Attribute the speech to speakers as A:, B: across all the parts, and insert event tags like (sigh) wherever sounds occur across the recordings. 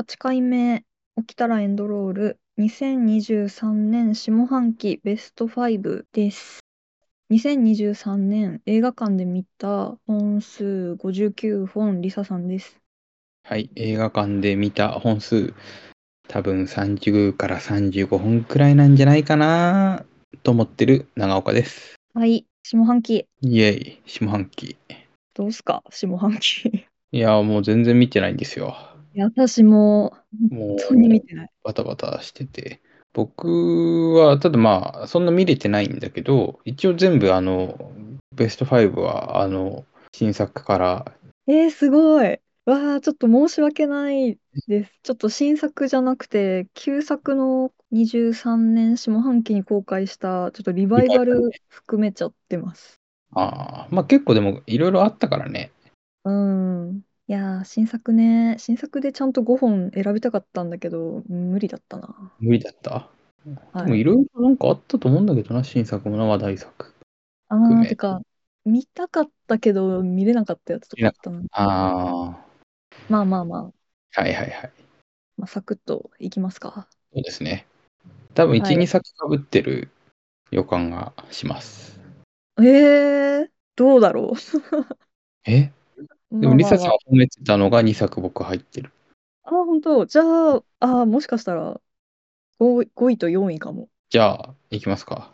A: 8回目、起きたらエンドロール、2023年下半期ベスト5です。2023年映画館で見た本数59本、リサさんです。
B: はい、映画館で見た本数、多分30から35本くらいなんじゃないかなと思ってる長岡です。
A: はい、下半期。
B: イエイ、下半期。
A: どうすか、下半 (laughs) 期。
B: いや、もう全然見てないんですよ。
A: いや私も、
B: も
A: 本当に見てない。
B: バタバタしてて。僕は、ただまあ、そんな見れてないんだけど、一応全部あの、ベスト5は、あの、新作から。
A: えー、すごい。わあ、ちょっと申し訳ないです。ちょっと新作じゃなくて、旧作の23年下半期に公開した、ちょっとリバイバル含めちゃってます。
B: ああ、まあ結構でも、いろいろあったからね。
A: うん。いやー、新作ね、新作でちゃんと5本選びたかったんだけど、無理だったな。
B: 無理だったで
A: は
B: も
A: い。
B: いろいろなんかあったと思うんだけどな、新作もな、話題作
A: あ
B: 含
A: ー、て
B: め。
A: か、見たかったけど、見れなかったやつと
B: い
A: かあ
B: な
A: ったな。
B: あ
A: まあまあまあ、
B: あ、はいはいはい。
A: まあ、サクッといきますか。
B: そうですね。多分
A: は
B: 1、
A: い。
B: 2作かぶってる予感がします。
A: えー、どうだろ
B: え
A: う。
B: で
A: ま
B: も、
A: あ
B: リ
A: まあ
B: サ
A: ま
B: さん
A: あ。
B: 褒めてたのが2作僕入ってる。
A: あー、本当。じゃあ、あー、もしかしたら5位、5位と4位かも。
B: じゃあ、いきますか。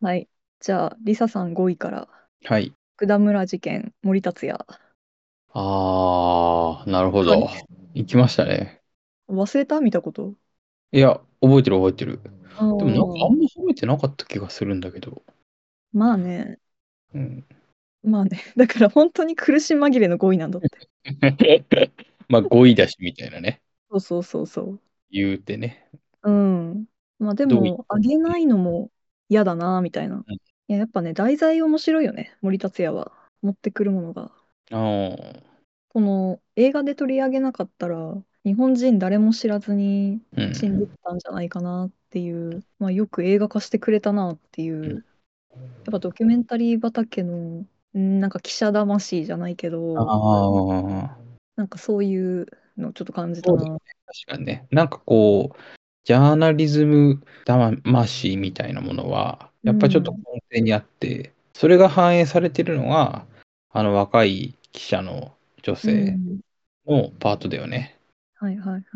A: はい。じゃあ、リサさん5位から。
B: はい。
A: 管村事件、森達也。
B: ああ、なるほ
A: あれ
B: ど。行きましたね。
A: 忘れた見たこと。
B: いや、覚えてる覚えてる。
A: あ
B: でもなんかあ
A: ー
B: んま褒めてなかった気がするんだけど。
A: まあね。
B: うん。
A: まあね。 (laughs) だから本当に苦し紛れの5位なんだって。
B: まあ、5位だしみたいなね。
A: そうそうそうそう。
B: 言うてね。
A: うん。まあで
B: どうい
A: も、あげないのも嫌だな、みたいな。
B: うん
A: いや、やっぱね、題材面白いよね、森達也は。持ってくるものが。
B: あー
A: この映画で取り上げなかったら、日本人誰も知らずに
B: う
A: 死んで
B: ん。
A: たんじゃないかなっていう、まあよく映画化してくれたなっていうう、
B: ん
A: やっぱドキュメンタリー畑の、うんなんか記者魂じゃないけ
B: あ
A: ど、
B: あ、
A: なんかそういうのちょっと感じた
B: そうだね。
A: な。
B: 確かにね。なんかこう、ジャーナリズム魂みたいなものは、
A: う
B: やっぱちょっと
A: ん。
B: 根底にあって、それが反映されてるのが、あの若い記者の女
A: う
B: 性
A: ん。
B: のパートだよね。
A: はいはいはい。
B: だ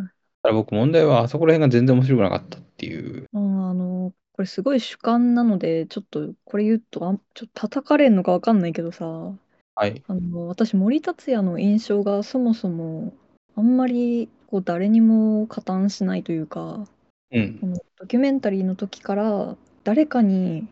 B: から僕問題は、あそこら辺が全然面白くなかったっていう。
A: あー、あの、これすごい主観なので、ちょっとこれ言うと、あん、ちょっと叩かれんのかわかんないけどさ、
B: はい。
A: あの、私、森達也の印象がそもそも、あんまりこう誰にも加担しないというか、
B: うん。
A: このドキュメンタリーの時から、誰かに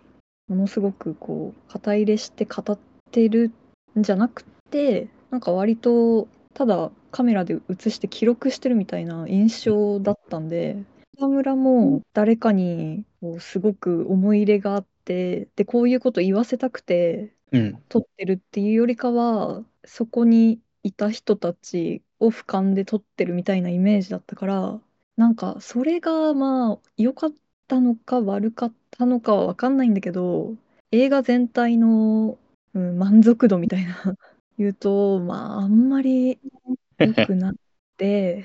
A: ものすごくこう、肩入れして語ってるんじゃなくて、なんか割と、ただカメラで映して記録してるみたいな印象だったんで、北村も誰かにこうすごく思い入れがあって、で、こういうこと言わせたくて
B: うん。
A: 撮ってるっていうよりかは、そこにいた人たちを俯瞰で撮ってるみたいなイメージだったから、なんかそれがまあ良かったのか悪かったのかは分かんないんだけど、映画全体の、うん、満足度みたいな (laughs) 言うと、まああんまり良くなって、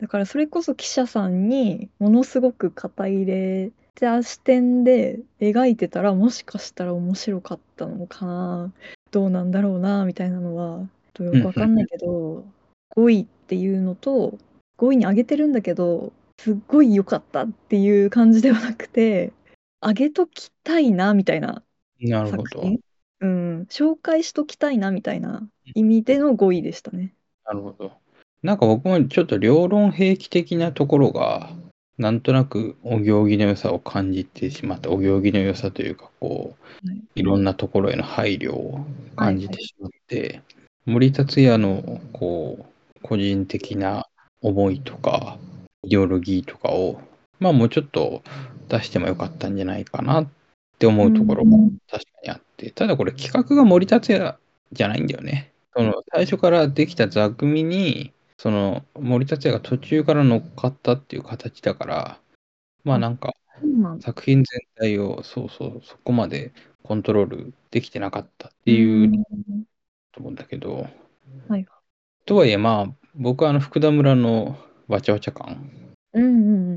A: だからそれこそ記者さんにものすごく肩入れた視点で描いてたらもしかしたら面白かったのかなどうなんだろうなみたいなのはちょっとよ
B: う
A: く
B: ん
A: わ
B: う
A: か
B: ん
A: んないけど5位っていうのと5位に上げてるんだけどすっごい良かったっていう感じではなくて上げときたいなみたいな
B: なるほ
A: 作
B: ど。
A: 品、うん、紹介しときたいなみたいな意味での5位でしたね。
B: なるほど。なんか僕もちょっと両論併記的なところが、なんとなくお行儀の良さを感じてしまった、お行儀の良さというか、こ
A: はい、
B: う、いろんなところへの配慮を
A: はい
B: 感じ
A: はい
B: てしまって、森達也の、こう、個人的な思いとか、イデオロギーとかを、まあもうちょっと出してもよかったんじゃないかなって思
A: う
B: うとこ
A: ん
B: ろも確かにあって、ただこれ企画が森達也じゃないんだよね。その最初からできた座組に、その森達也が途中から乗っかったっていう形だから、まあ
A: あ
B: なんか
A: そうなんだ
B: 作品全体をそうそうそこまでコントロールできてなかったって
A: う
B: いうんと思うんだけど、
A: はい
B: とはいえまあ僕はあの福田村のわちゃわちゃ感
A: うんう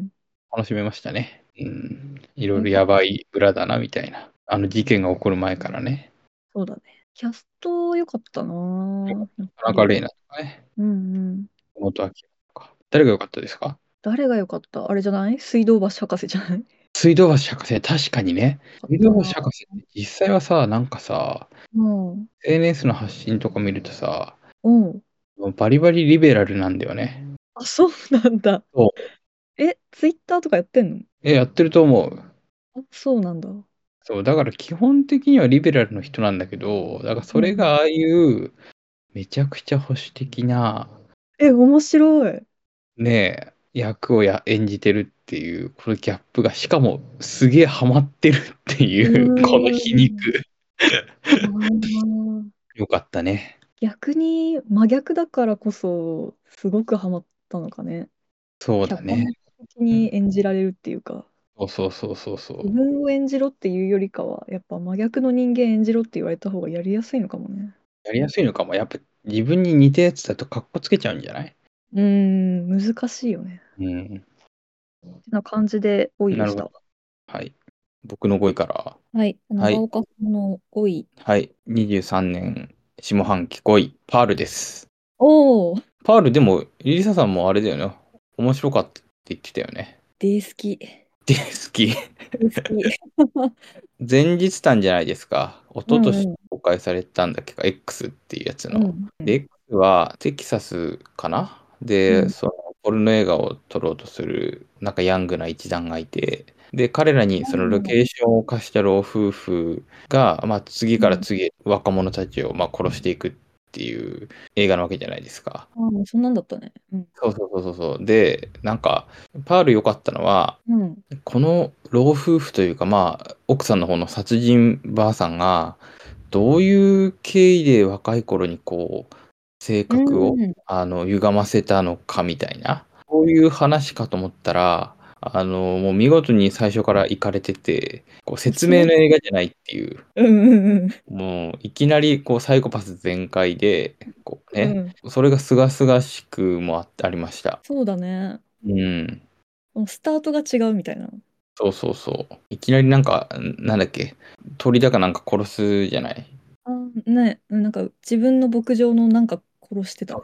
A: ん
B: 楽しめましたね。うん。いろいろやばい裏だなみたいな。あの事件が起こる前からね。
A: そうだねキャスト良かったなぁ
B: 田中玲奈とかね。
A: うんうん
B: 本明とか。誰が良かったですか
A: 誰が良かったあれじゃない水道橋博士じゃない
B: 水道橋博士、確かにね。水道橋博士って実際はさ、なんかさ、
A: うん。
B: SNS の発信とか見るとさ、
A: うん。
B: バリバリリベラルなんだよね。
A: あ、そうなんだ
B: そ。
A: え、ツイッターとかやってんの
B: え、やってると思う。
A: あ、そうなんだ。
B: そう、だから基本的にはリベラルの人なんだけど、だからそれがああいうめちゃくちゃ保守的な、
A: え、面白
B: (laughs)
A: い。
B: ねえ、役をや演じてるっていう、このギャップが、しかもすげえハマってるっていうう、
A: ん
B: この皮肉。
A: あ
B: よかったね。
A: 逆に真逆だからこそ、すごくハマったのかね。
B: そうだね。
A: 客観的に演じられるっていうか、
B: そうそうそうそうそ
A: 自
B: う。
A: 分を演じろっていうよりかは、やっぱ真逆の人間演じろって言われた方がやりやすいのかもね。
B: やりやすいのかも。やっぱ自分に似たやつだとかっこつけちゃうんじゃない
A: うん、難しいよね。
B: うん。
A: てな感じで、5位でした。
B: はい。僕の5位から。
A: はい。
B: はい
A: 長岡さんの5位。
B: はい。23年下半期5位、パールです。
A: おお、
B: パールでも、リサさんもあれだよね。面白かったって言ってたよね。
A: デイ好き。
B: で、好き。
A: 大好き。
B: 前日たんじゃないですか。一昨
A: うんう
B: 年公開されたんだっけか、X っていうやつ
A: う
B: の。
A: ん、
B: で、X はテキサスかなで、
A: うん
B: そのポルノ映画を撮ろうとする、なんかヤングな一団がいて、で、彼らにそのロケーションを貸した老夫婦が、まあ、次から次へ若者たちをまあ殺していくっていう映画なわけじゃないですか。
A: あーそんなんだったね。うん。
B: そうそうそうそうそう。で、なんか、パール良かったのは、
A: うん。
B: この老夫婦というか、まあ、奥さんの方の殺人ばあさんが、どういう経緯で若い頃にこう、性格を、
A: うん
B: あの、歪ませたのかみたいな、そういう話かと思ったら、あの、もう見事に最初から行かれてて、こう説明の映画じゃないっていう、
A: うんうん
B: もういきなりこうサイコパス全開で、こ
A: う
B: うね、
A: ん。
B: それが清々しくもあありました。
A: そうだね。
B: うん。
A: もうスタートが違うみたいな。
B: そうそうそう。いきなりなんか、んなんだっけ、鳥だかなんか殺すじゃない。
A: あーね、うんなんか自分の牧場のなんか殺してたね。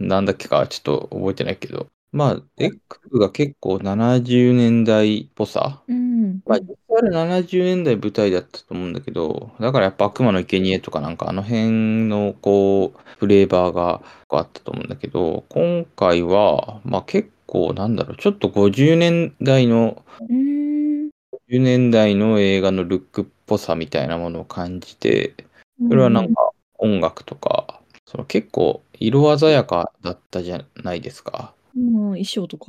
B: なんだっけか、ちょっと覚えてないけど。まあ、X が結構70年代っぽさ。
A: うん。
B: まあ、実際は70年代舞台だったと思うんだけど、だからやっぱ悪魔の生贄とかなんかあの辺のこう、フレーバーがこうあったと思うんだけど、今回は、まあ結構なんだろう、ちょっと50年代の
A: うん。
B: 10年代の映画のルックっぽさみたいなものを感じて、それはなんか音楽とか、その結構色鮮やかだったじゃないですか。
A: うん、衣装とか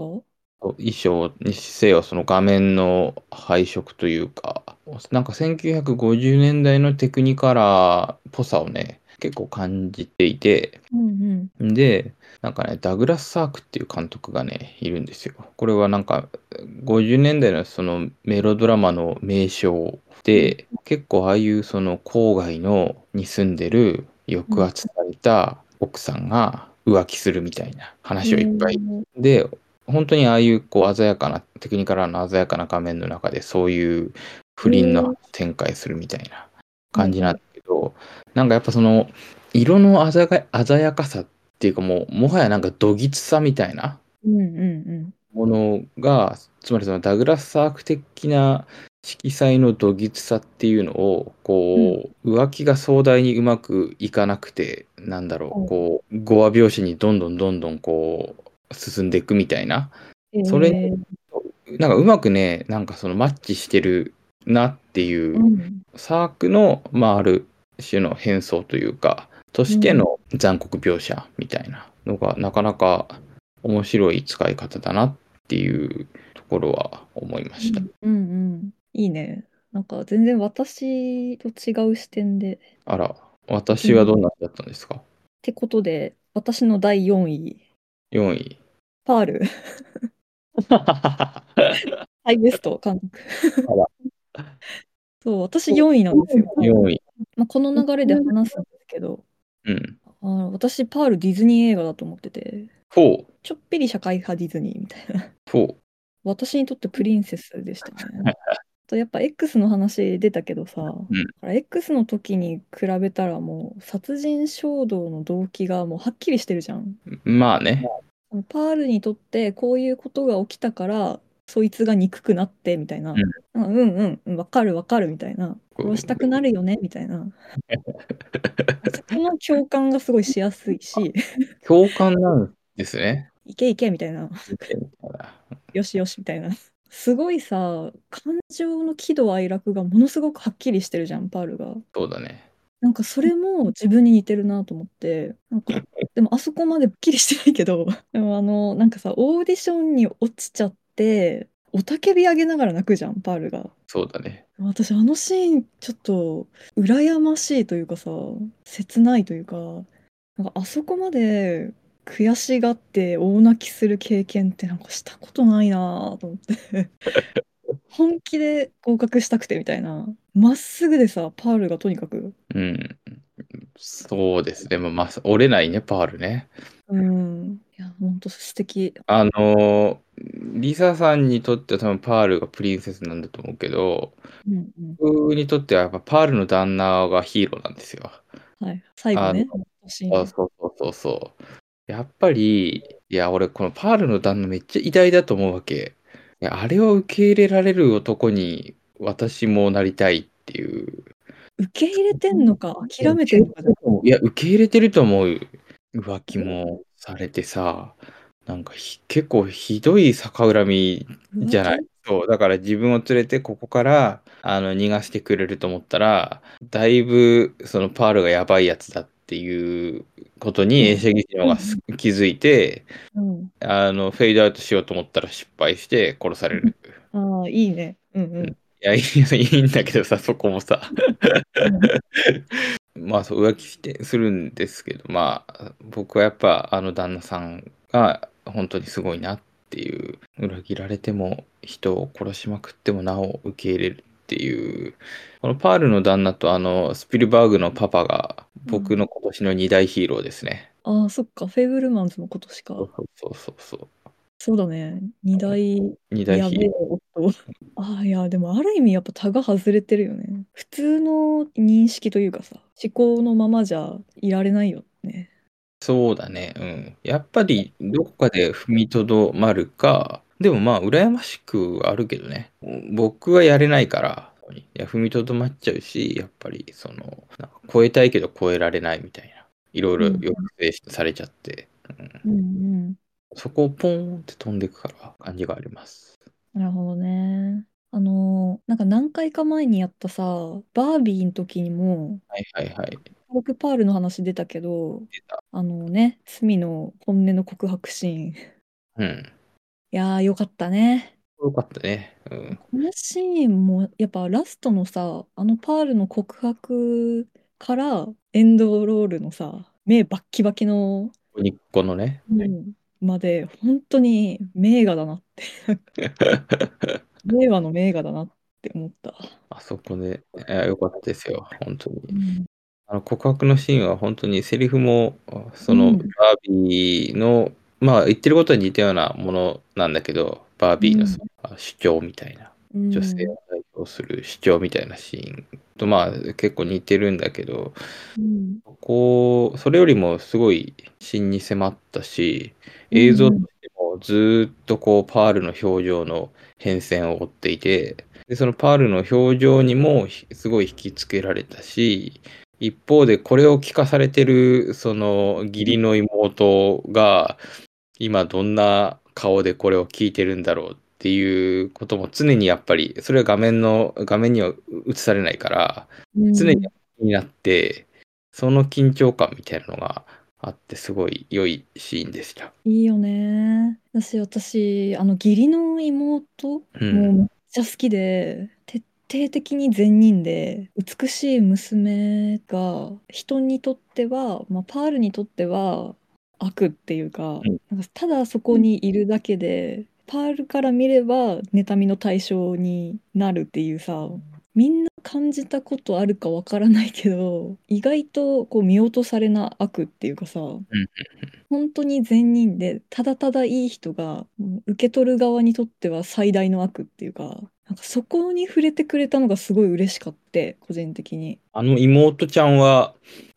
B: 衣装にせよ、その画面の配色というか、なんか1950年代のテクニカラーっぽさをね、結構感じていて、
A: うん
B: で、なんかね、ダグラス・サークっていう監督がね、いるんですよ。これはなんか、50年代のそのメロドラマの名称で、結構ああいうその郊外のに住んでる抑圧された奥さんが浮気するみたいな話をいっぱい。
A: うん
B: で、本当にああいうこう鮮やかな、テクニカルの鮮やかな画面の中でそういう不倫の展開するみたいな感じなんだけど、なんかやっぱその色の鮮やか鮮やかさっていうかもうもはやなんかどぎつさみたいな
A: うんう
B: ものがつまりそのダグラス・サーク的な色彩のどぎつさっていうのをこう、浮気が壮大にうまくいかなくてなんだろ
A: うん
B: うこう語話拍子にどんどんどんどんこう進んでいくみたいな
A: うん。
B: それ
A: えー
B: なんかうまくねなんかそのマッチしてるなっていう
A: う、ん
B: サークの、まあ、ある種の変装というかとしての残酷描写みたいなのが、なかなか面白い使い方だなっていうところは思いました。
A: うんうん。いいね。なんか全然私と違う視点で。
B: あら私はどんな人だったんですか、
A: ってことで、私の第4位、
B: 4位
A: (laughs) パール、ハイベスト監督
B: あら。
A: (laughs) そう、私4位なんですよ。
B: 4位
A: まあ、この流れで話すんですけど、
B: うん
A: あの私、パールディズニー映画だと思ってて、
B: フォー、
A: ちょっぴり社会派ディズニーみたいな。
B: フォー。
A: 私にとってプリンセスでした (laughs) ね。とやっぱ X の話出たけどさ、だから X の時に比べたらもう殺人衝動の動機がもうはっきりしてるじゃん。
B: まあね。
A: あのパールにとってこういうことが起きたからそいつが憎くなってみたいな、うん、うんうんうんわかるわかるみたいな殺したくなるよねみたい (laughs) なそこの共感がすごいしやすいし
B: 共感なんですね。
A: いけいけみたいなよしよしみたいなすごいさ感情の喜怒哀楽がものすごくはっきりしてるじゃんパールが。
B: そうだね。
A: なんかそれも自分に似てるなと思って、なんか、でもあそこまでぶっきりしてないけど、 (laughs) でもあの、なんかさ、オーディションに落ちちゃって、雄たけび上げながら泣くじゃん、パールが。
B: そうだね。
A: 私、あのシーン、ちょっと、羨ましいというかさ、切ないというか、なんかあそこまで悔しがって大泣きする経験ってなんかしたことないなと思って。
B: (laughs)
A: 本気で合格したくてみたいな。まっすぐでさ、パールがとにかく、
B: うん。そうですね。まあまあ、折れないね、パールね。
A: うん。いや、本当素敵。
B: あのーリサさんにとっては多分パールがプリンセスなんだと思うけど、
A: うんうん。
B: 僕にとってはやっぱパールの旦那がヒーローなんですよ。
A: はい。最後ね。シ
B: あ
A: ーン
B: そうそうそうそう。やっぱり、いや、俺、このパールの旦那めっちゃ偉大だと思うわけ。いや、あれを受け入れられる男に私もなりたいっていう。
A: 受け入れてんのか、諦めてんのかじゃん。
B: いや、受け入れてると思う。浮気もされてさ、なんかひ結構ひどい逆恨みじゃない。そう、だから自分を連れてここからあの逃がしてくれると思ったら、だいぶそのパールがやばいやつだっていうことにエンシェギシノがす気づいて、
A: うん。
B: あの、フェードアウトしようと思ったら失敗して殺される。
A: ああ、いいね。うんうん。
B: いや、い (laughs) いいいんだけどさ、そこもさ。まあ、そう浮気してするんですけど、まあ、僕はやっぱあの旦那さんが本当にすごいなっていう、裏切られても人を殺しまくってもなお受け入れるっていう、このパールの旦那とあのスピルバーグのパパが僕の今年の二大ヒーローですね。
A: ああ、そっか。フェイブルマンズも今年か
B: そ。うそうそうそう。
A: そうだね。二大
B: 二大
A: や
B: ヒ
A: べ
B: ー
A: え
B: ロ
A: 夫。 (laughs) ああ、いや、でもある意味やっぱタが外れてるよね。普通の認識というかさ、思考のままじゃいられないよね。
B: ー。そうだね。うん。やっぱりどこかで踏みとどまるか、でもまあ、羨ましくはあるけどね。僕はやれないから、いや踏みとどまっちゃうし、やっぱり、その、なんか超えたいけど超えられないみたいな。いろいろ
A: うん
B: 抑制されちゃって、うん
A: うんうん。
B: そこをポーンって飛んでいくから感じがあります。
A: なるほどね。あのーなんか何回か前にやったさ、バービーの時にも、
B: はいはいはい。
A: ロクパールの話出たけど、あのね、スミの本音の告白シーン。い
B: うん。
A: やー、よかったね。
B: よかったね。うん。
A: このシーンも、やっぱラストのさ、あのパールの告白から、エンドロールのさ、目バッキバキの、
B: おにっこのね。
A: うんまで、本当に名画だなって、
B: (laughs)
A: 令和の名画だなって思った。
B: あそこで、いやよかったですよ。本当に。
A: うん
B: あの告白のシーンは本当にセリフもその
A: うん
B: バービーの、まあ言ってることに似たようなものなんだけどバービーのその主張みたいな、
A: うん
B: 女性を代表する主張みたいなシーンとまあ結構似てるんだけど
A: うん
B: こうそれよりもすごい芯に迫ったし映像としてもずーっとこうパールの表情の変遷を追っていてでそのパールの表情にもひすごい引きつけられたし一方でこれを聞かされてるその義理の妹が今どんな顔でこれを聞いてるんだろうっていうことも常にやっぱりそれは画面の画面には映されないから
A: うん
B: 常に気になってその緊張感みたいなのがあってすごい良いシーンでした。
A: いいよね。だし、私、あの、義理の妹、
B: う、
A: もうんめっちゃ好きで、徹底的に善人で、美しい娘が、人にとっては、まあ、パールにとっては、悪っていうか、
B: うん
A: なんかただそこにいるだけで、パールから見れば、妬みの対象になるっていうさ、みんな感じたことあるかわからないけど意外とこう見落とされな悪っていうかさ本当に善人でただただいい人がうん受け取る側にとっては最大の悪っていうかなんかそこに触れてくれたのがすごい嬉しかって個人的に。
B: あの妹ちゃんは、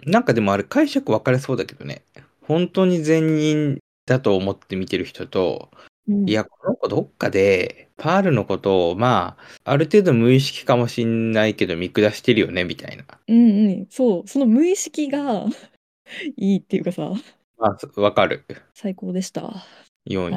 B: なんかでもあれ解釈分かれそうだけどね。本当に善人だと思って見てる人と、
A: うん
B: いや、この子どっかで、パールのことを、まあ、ある程度無意識かもしんないけど見下してるよね、みたいな。
A: うんうん、そう、その無意識が (laughs) いいっていうかさ、
B: まあ、わかる。
A: 最高でした。
B: 4位。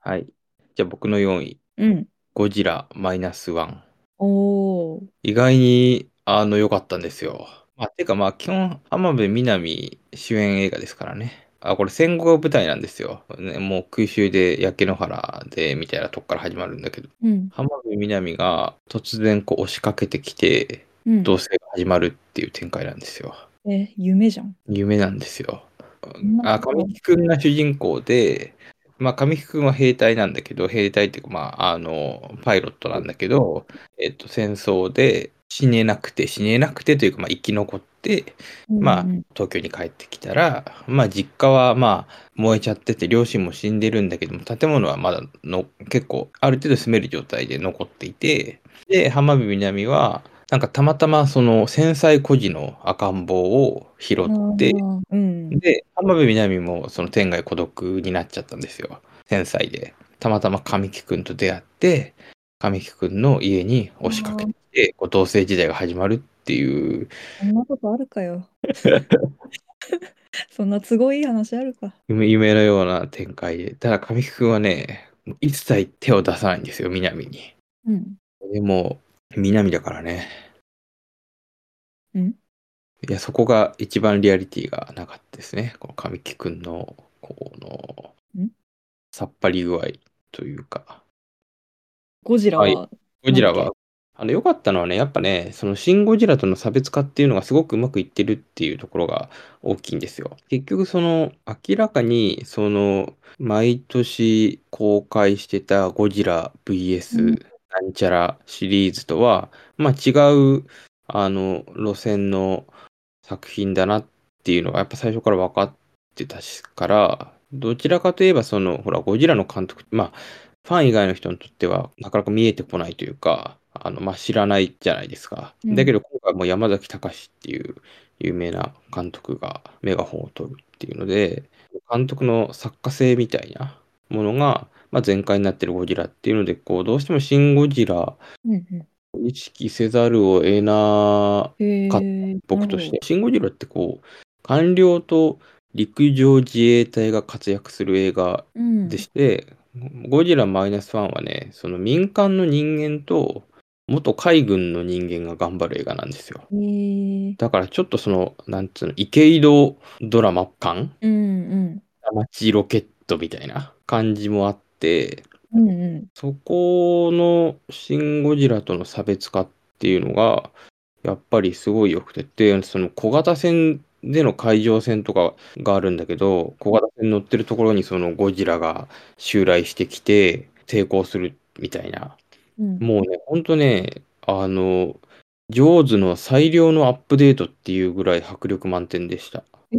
A: は
B: はいい。じゃあ僕の4位。
A: うん。
B: ゴジラマイナスワン。
A: おー、
B: 意外に、あの、良かったんですよ。まあ、てかまあ、基本、浜辺美波主演映画ですからね。あ、これ戦後が舞台なんですよ。ね、もう空襲で焼け野原で、みたいなとこから始まるんだけど。
A: うん、
B: 浜辺美波が突然こう押しかけてきて、
A: うん。
B: 同棲が始まるっていう展開なんですよ。
A: え、夢じゃん。
B: 夢なんですよ。
A: ん
B: あ、神木くんが主人公で、まあ、神木くんは兵隊なんだけど、兵隊っていうか、まあ、あの、パイロットなんだけど、えっと、戦争で死ねなくて、死ねなくてというか、まあ、生き残って、まあ
A: うんうん
B: 東京に帰ってきたら、まあ、実家は、まあ、燃えちゃってて、両親も死んでるんだけども、建物はまだの、結構、ある程度住める状態で残っていて、で、浜辺美波は、なんかたまたまその戦災孤児の赤ん坊を拾って、
A: あーうん、
B: で、浜辺美波もその天涯孤独になっちゃったんですよ。天才で。たまたま神木くんと出会って、神木くんの家に押しかけてきて、こう同棲時代が始まるっていう、
A: そんなことあるか
B: (laughs)
A: よ。 (laughs) そんな都合いい話あるか。
B: 夢夢のような展開で。ただ神木くんはね、一切手を出さないんですよ、南に。
A: うん。
B: でも、南だからね。
A: ん
B: いや、そこが一番リアリティがなかったですね。この神木くんの、この
A: ん、
B: さっぱり具合というか。
A: ゴジラ
B: はい
A: は、
B: ゴジラ
A: なんだ
B: は、あの、良かったのはね、やっぱね、その、シン・ゴジラとの差別化っていうのがすごくうまくいってるっていうところが大きいんですよ。結局、その、明らかに、その、毎年公開してたゴジラ
A: うん
B: VS なんちゃらシリーズとは、まあ、違う、あの、路線の作品だなっていうのが、やっぱ最初から分かってたしから、どちらかといえば、その、ほら、ゴジラの監督、まあ、ファン以外の人にとってはなかなか見えてこないというか、あのまあ、知らないじゃないですか。
A: うん
B: だけど今回も山崎隆っていう有名な監督がメガホンを取るっていうので、監督の作家性みたいなものが、まあ、全開になってるゴジラっていうので、こうどうしてもシン・ゴジラを
A: うんう。
B: 意識せざるを得なん
A: へ
B: か
A: ー
B: 僕として。シン・ゴジラってこう官僚と陸上自衛隊が活躍する映画
A: なるほどうん。
B: でして、ゴジラマイナスワンはね、その民間の人間と元海軍の人間が頑張る映画なんですよ。
A: へー
B: だからちょっとその、なんつうの、池井戸ドラマ感
A: うん
B: 町ロケットみたいな感じもあって、
A: うん。うんうん。
B: そこのシン・ゴジラとの差別化っていうのが、やっぱりすごい良くて、で、その小型船での海上戦とかがあるんだけど、小型船乗ってるところにそのゴジラが襲来してきて、抵抗するみたいな。
A: うん
B: もうね、ほんとね、あの、ジョーズの最良のアップデートっていうぐらい迫力満点でした。
A: へ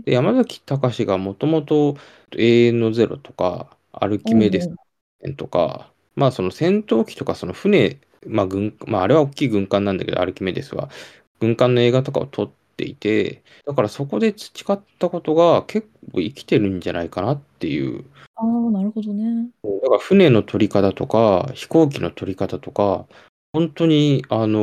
A: ー
B: で、山崎隆がもともと永遠のゼロとか、アルキメデスの戦とか、まあその戦闘機とかその船、まあ軍、まああれは大きい軍艦なんだけど、アルキメデスは軍艦の映画とかを撮っていて、だからそこで培ったことが結構生きてるんじゃないかなっていう。
A: ああ、なるほどね。
B: だから船の撮り方とか、飛行機の撮り方とか、本当に、あの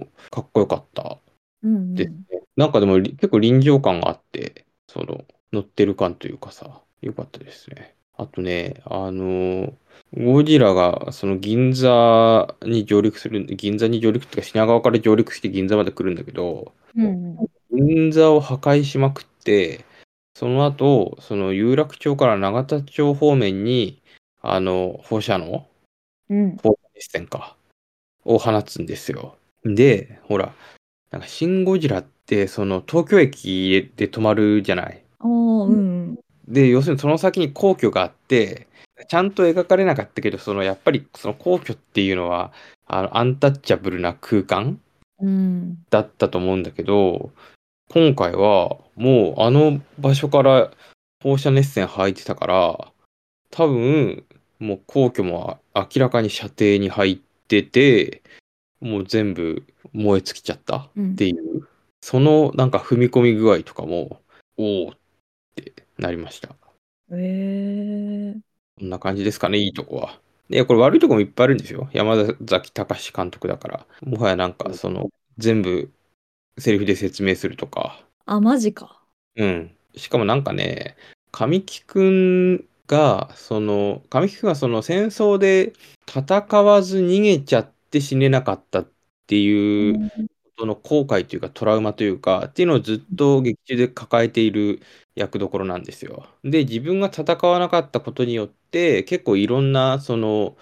B: ーかっこよかった。
A: うんうん。
B: ですね。なんかでもり結構臨場感があって、その乗ってる感というかさ、良かったですね。あとね、あのーゴジラがその銀座に上陸する、銀座に上陸っていうか品川から上陸して銀座まで来るんだけど、
A: うんうん
B: 銀座を破壊しまくって、その後、その有楽町から永田町方面に、あの、放射能
A: うん。
B: 放射熱線か。を放つんですよ。で、ほら、なんかシン・ゴジラって、その東京駅で止まるじゃない。
A: ああ、うん。
B: で、要するにその先に皇居があって、ちゃんと描かれなかったけど、そのやっぱりその皇居っていうのは、あのアンタッチャブルな空間
A: うん。
B: だったと思うんだけど今回はもうあの場所から放射熱線入ってたから多分もう皇居も明らかに射程に入っててもう全部燃え尽きちゃったっ
A: うん
B: ていう、そのなんか踏み込み具合とかもおおってなりました
A: えー、
B: こんな感じですかねいいとこは。いやこれ悪いとこもいっぱいあるんですよ山崎隆監督だからもはやなんかその全部セリフで説明するとか
A: あ、マジか。
B: うん。しかもなんかね、神木くんが、その、神木くんがその戦争で戦わず逃げちゃって死ねなかったっていうことの後悔というかトラウマというか、っていうのをずっと劇中で抱えている役どころなんですよ。で、自分が戦わなかったことによって、結構いろんなその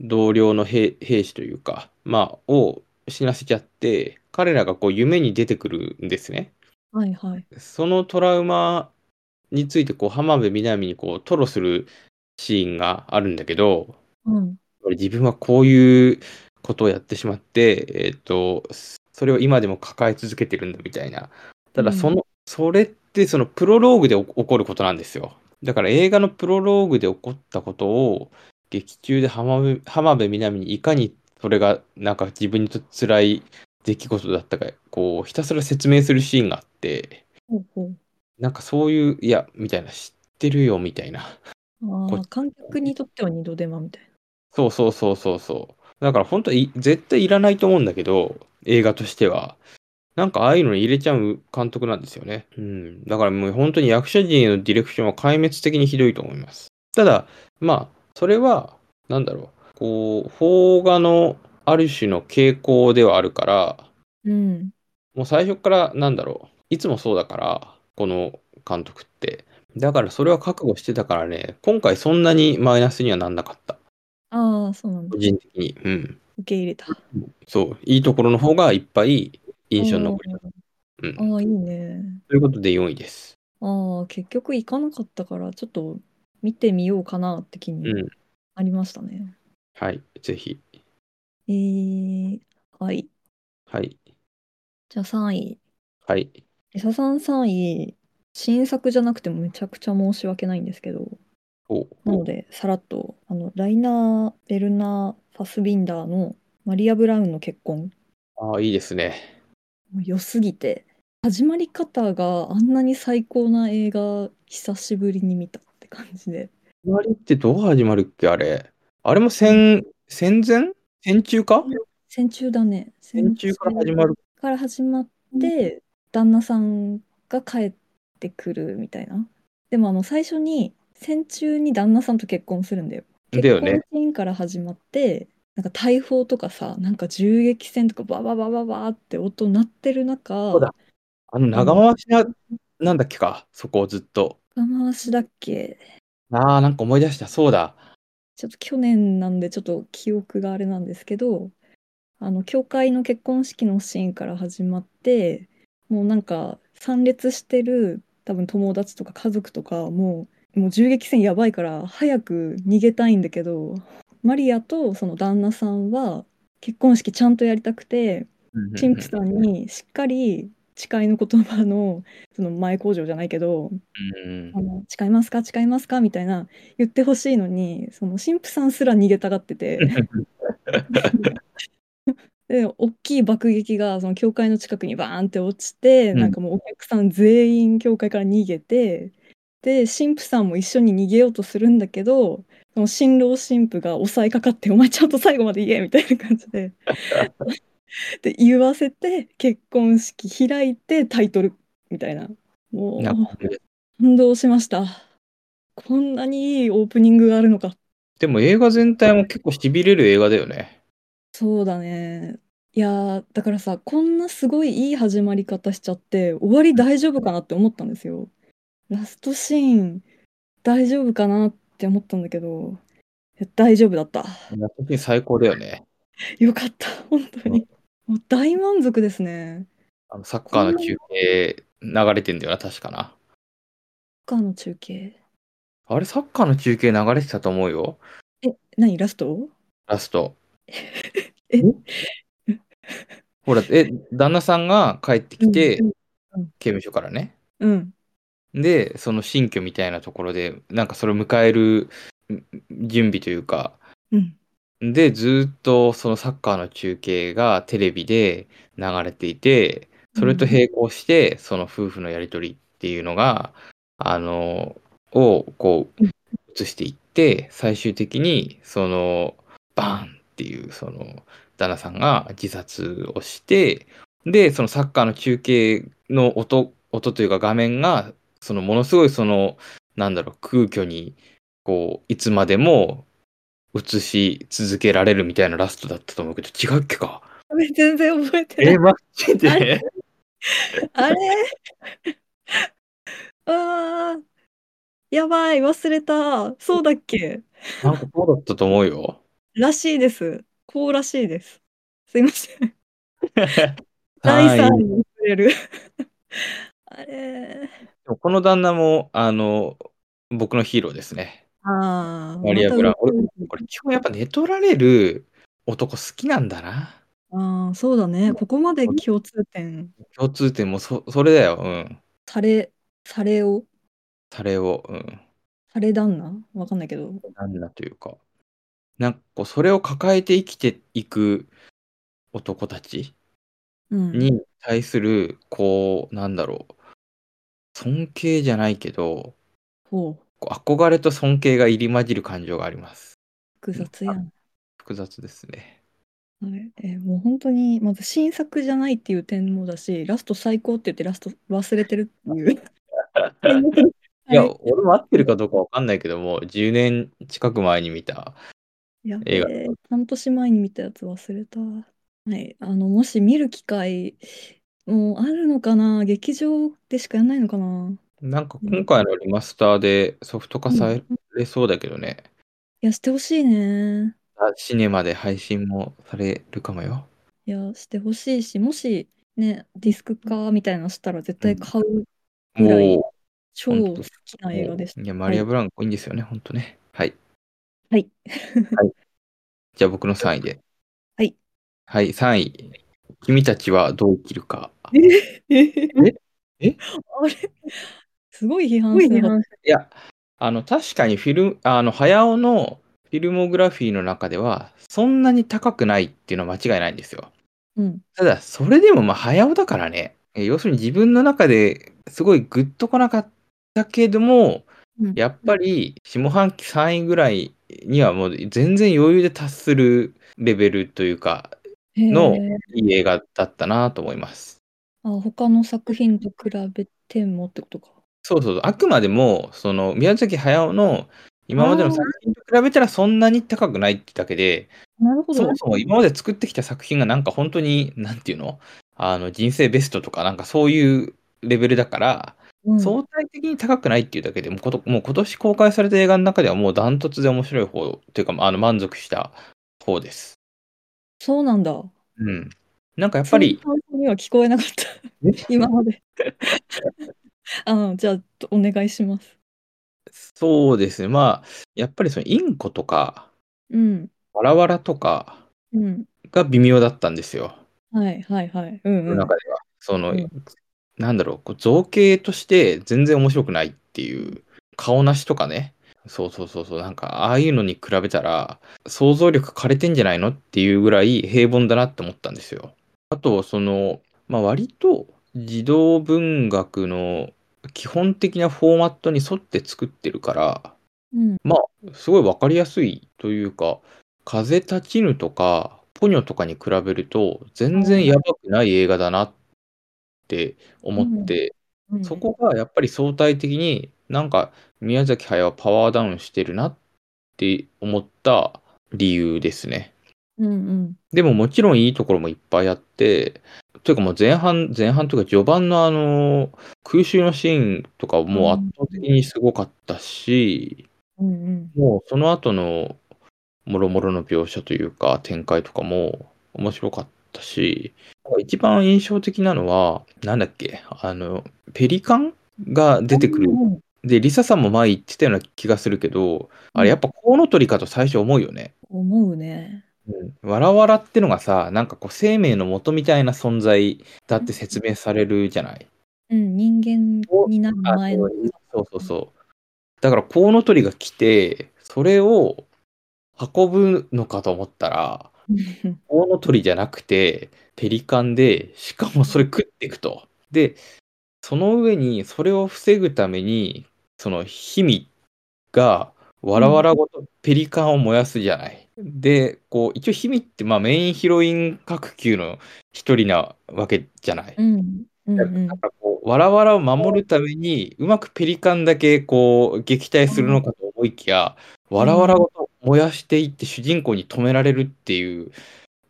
B: 同僚の兵兵士というか、まあ、を死なせちゃって、彼らがこう夢に出てくるんですね。
A: はいはい。
B: そのトラウマについてこう浜辺美波にこう吐露するシーンがあるんだけど
A: うん。
B: 自分はこういうことをやってしまって、えっとそれを今でも抱え続けてるんだみたいなただ
A: うん
B: その、それってそのプロローグで起起こることなんですよだから映画のプロローグで起こったことを劇中で浜辺浜辺美波にいかにそれがなんか自分にとって辛い出来事だったかこうひたすら説明するシーンがあって
A: ほうほう。
B: なんかそういう、いや、みたいな、知ってるよ、みたいな。
A: あ
B: こ
A: あ、観客にとっては二度手間みたいな。
B: そうそうそうそうそう。だから本当い、絶対いらないと思うんだけど、映画としては。なんかああいうのに入れちゃう監督なんですよね。うん。だからもう本当に役者陣へのディレクションは壊滅的にひどいと思います。ただ、まあ、それは、なんだろう。こう、邦画のある種の傾向ではあるから、
A: うん。
B: もう最初からなんだろう、いつもそうだから、この監督って。だからそれは覚悟してたからね、今回そんなにマイナスにはなんなかった。
A: ああ、そうなんだ
B: 個。人的に。うん。
A: 受け入れた。
B: そう。いいところの方がいっぱい印象に残ります。うん。
A: ああ、いいね。
B: ということで4位です。
A: ああ、結局行かなかったから、ちょっと見てみようかなって気
B: う
A: に
B: ん。
A: なりましたね。
B: はい。ぜひ。
A: えー、はい。
B: はい。
A: じゃあ3位。
B: はい。
A: エサさん3位、新作じゃなくてもめちゃくちゃ申し訳ないんですけど、
B: おう
A: なので、さらっと、あの、ライナー・ベルナー・ファスビンダーのマリア・ブラウンの結婚、
B: ああ、いいですね。
A: もう良すぎて、始まり方があんなに最高な映画、久しぶりに見たって感じで。
B: 終わりってどう始まるっけあれ。あれも戦、戦前戦中か
A: 戦中だね。
B: 戦中から始まる。
A: から始まって旦那さんが帰ってくるみたいなでもあの最初に戦中に旦那さんと結婚するんだよ
B: だよ
A: 結
B: ね
A: 婚シーンから始まってなんか大砲とかさなんか銃撃戦とかバババババって音鳴ってる中
B: そうだあの、長回しな、なんだっけか。そこをずっと。
A: 長回しだっけ
B: ああ、なんか思い出した。そうだ。
A: ちょっと去年なんでちょっと記憶があれなんですけどあの教会の結婚式のシーンから始まってもうなんか参列してる多分友達とか家族とかもうもう銃撃戦やばいから早く逃げたいんだけどマリアとその旦那さんは結婚式ちゃんとやりたくて神父さんにしっかり誓いの言葉のその前工場じゃないけど
B: うん
A: あの誓いますか誓いますかみたいな言ってほしいのにその神父さんすら逃げたがって
B: (laughs)
A: てで大きい爆撃がその教会の近くにバーンって落ちて、
B: うん
A: なんかもうお客さん全員教会から逃げてで神父さんも一緒に逃げようとするんだけどその新郎新婦が襲いかかって「お前ちゃんと最後まで言え」みたいな感じ
B: (laughs)
A: でで言わせて結婚式開いてタイトルみたいなも
B: な
A: う。感動しました。こんなにいいオープニングがあるのか。
B: でも映画全体も結構しびれる映画だよね。
A: そうだね。いやー、だからさ、こんなすごいいい始まり方しちゃって、終わり大丈夫かなって思ったんですよ。ラストシーン、大丈夫かなって思ったんだけど、いや大丈夫だった。
B: 特に最高だよね。
A: よかった、本当に。もう大満足ですね。
B: あのサッカーの中継流れてんだよな、確かな。
A: 他の中継。
B: あれ、サッカーの中継流れてたと思うよ。
A: え、何、ラスト
B: ラスト。
A: (laughs) え
B: ほら、え、旦那さんが帰ってきて、
A: うん
B: 刑務所からね。
A: うん
B: で、その新居みたいなところで、なんかそれを迎えるん準備というか、
A: うん
B: で、ずーっとそのサッカーの中継がテレビで流れていて、それと並行して、その夫婦のやりとりっていうのが、あの、をこう
A: うん、
B: 映していって、最終的に、その、バーンっていう、その、旦那さんが自殺をして、で、そのサッカーの中継の音、音というか画面が、そのものすごいその、なんだろう、空虚に、こう、いつまでも映し続けられるみたいなラストだったと思うけど、違うっけか
A: うん全然覚えてない
B: え、マジ
A: あ
B: で
A: あれ (laughs) あーやばい、忘れた。そうだっけ
B: なんかそうだったと思
A: (laughs)
B: うよ。
A: らしいです。こうらしいです。すいません。第
B: は
A: 3
B: い
A: 位に触れる。 (laughs) あれ
B: この旦那も、あの、僕のヒーローですね。
A: ああ、
B: マリア・ブラウン。
A: ま
B: 俺
A: た
B: これ基本やっぱ寝取られる男好きなんだな。
A: ああ、そうだね。ここまで共通点。
B: 共通点もそそれだよ。うん。
A: され、されを、
B: タレを。うん。
A: され旦那わかんないけど。
B: なんだというか。なんかこう、それを抱えて生きていく男たち
A: うん。
B: に対する、こう、なんだろう。尊敬じゃないけど、
A: ほう。
B: こう憧れと尊敬が入り混じる感情があります。
A: 複雑やん。
B: 複雑ですね。
A: はいえーもう本当に、まず新作じゃないっていう点もだし、ラスト最高って言ってラスト忘れてるって
B: (laughs)
A: いう。
B: いや、
A: はい
B: 俺も合ってるかどうかわかんないけども、10年近く前に見た。
A: やべ
B: 映画
A: え、半年前に見たやつ忘れた。はい、あの、もし見る機会もあるのかな、劇場でしかやんないのかな。
B: なんか今回のリマスターでソフト化されそうだけどね。
A: いや、してほしいね。
B: あシネマで配信もされるかもよ。
A: いや、してほしいし、もしね、ディスク化みたいなのしたら絶対買うぐらい
B: も
A: 超
B: ほん
A: 好
B: と
A: き
B: う、
A: な映画でした。
B: いや、マリア・ブラウン、いいんですよね、ほんとね。はい。
A: はい。
B: じゃあ僕の3位で。
A: はい。
B: はい、3位。君たちはどう生きるか。え
A: (laughs) あれすごい批判する
B: いや、あの、確かにフィル、あの、早尾のフィルモグラフィーの中では、そんなに高くないっていうのは間違いないんですよ。
A: うん。
B: ただ、それでもまあ、早尾だからね。え要するに自分の中ですごいグッとこなかったけども、
A: うん
B: やっぱり下半期3位ぐらいにはもう全然余裕で達するレベルというか、の
A: へえ
B: いい映画だったなと思います。
A: あ、他の作品と比べてもってことか。
B: そうそうそう、あくまでも、その、宮崎駿の今までの作品と比べたらそんなに高くないってだけで、
A: なるほ
B: そ
A: ど。
B: もそも今まで作ってきた作品がなんか本当に、なんていうのあの、人生ベストとかなんかそういうレベルだから、
A: うん
B: 相対的に高くないっていうだけでもうこと、もう今年公開された映画の中ではもうダントツで面白い方、というか、あの、満足した方です。
A: そうなんだ。や
B: うん。なんかやっぱり、
A: 感想には聞こえなかった。 (laughs) 今まで。あじゃあ、お願いします。
B: そうですね。まあ、やっぱりそのインコとか、
A: うん。
B: わらわらとか
A: うん。
B: が微妙だったんですよ。
A: はいはいはい。うん
B: 世の
A: うん。
B: 中では。その、
A: うん
B: なんだろう、こう造形として全然面白くないっていう、顔なしとかね。そうそうそうそう、なんか、ああいうのに比べたら、想像力枯れてんじゃないのっていうぐらい平凡だなって思ったんですよ。あと、その、まあ、割と児童文学の基本的なフォーマットに沿って作ってるから、
A: うん。
B: すごい分かりやすいというか「風立ちぬ」とか「ポニョ」とかに比べると全然やばくない映画だなって思って、
A: うん
B: そこがやっぱり相対的になんか宮崎駿はパワーダウンしてるなって思った理由ですね。
A: うんうん。
B: でももちろんいいところもいっぱいあって、というかもう前半、前半というか序盤のあの、空襲のシーンとかもう圧倒的にすごかったし、
A: うんうん。
B: もうその後のもろもろの描写というか展開とかも面白かったし、一番印象的なのは、なんだっけ、あの、ペリカンが出てくる。
A: うん
B: で、リサさんも前言ってたような気がするけど、あれやっぱコウノトリかと最初思うよね。
A: 思うね。
B: わらわらってのがさ、なんかこう生命の元みたいな存在だって説明されるじゃない。
A: うん、人間になる
B: あ
A: 前の。
B: そうそうそう。だからコウノトリが来て、それを運ぶのかと思ったら、コウノトリじゃなくて、ペリカンで、しかもそれ食っていくと。で、その上に、それを防ぐために、そのヒミが、わらわらごとペリカンを燃やすじゃない。で、こう、一応ヒミって、まあメインヒロイン各級の一人なわけじゃない。
A: うん、うん、うん
B: なん。かこう、わらわらを守るために、うまくペリカンだけこう、撃退するのかと思いきや、わらわらごと燃やしていって主人公に止められるっていう、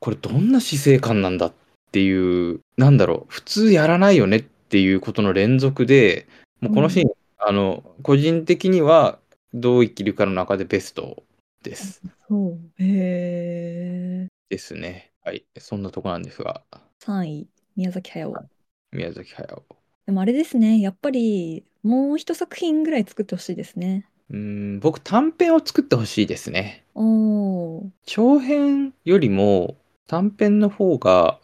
B: これどんな死生観なんだっていう、なんだろう、普通やらないよねっていうことの連続で、もうこのシーン、あの、個人的には、どう生きるかの中でベストです。
A: そう。へえ。
B: ですね。はい。そんなとこなんですが、
A: 3位、宮崎駿。
B: 宮崎駿。
A: でもあれですね、やっぱりもう一作品ぐらい作ってほしいですね。
B: うーん、僕短編を作ってほしいですね。
A: おー、
B: 長編よりも短編の方が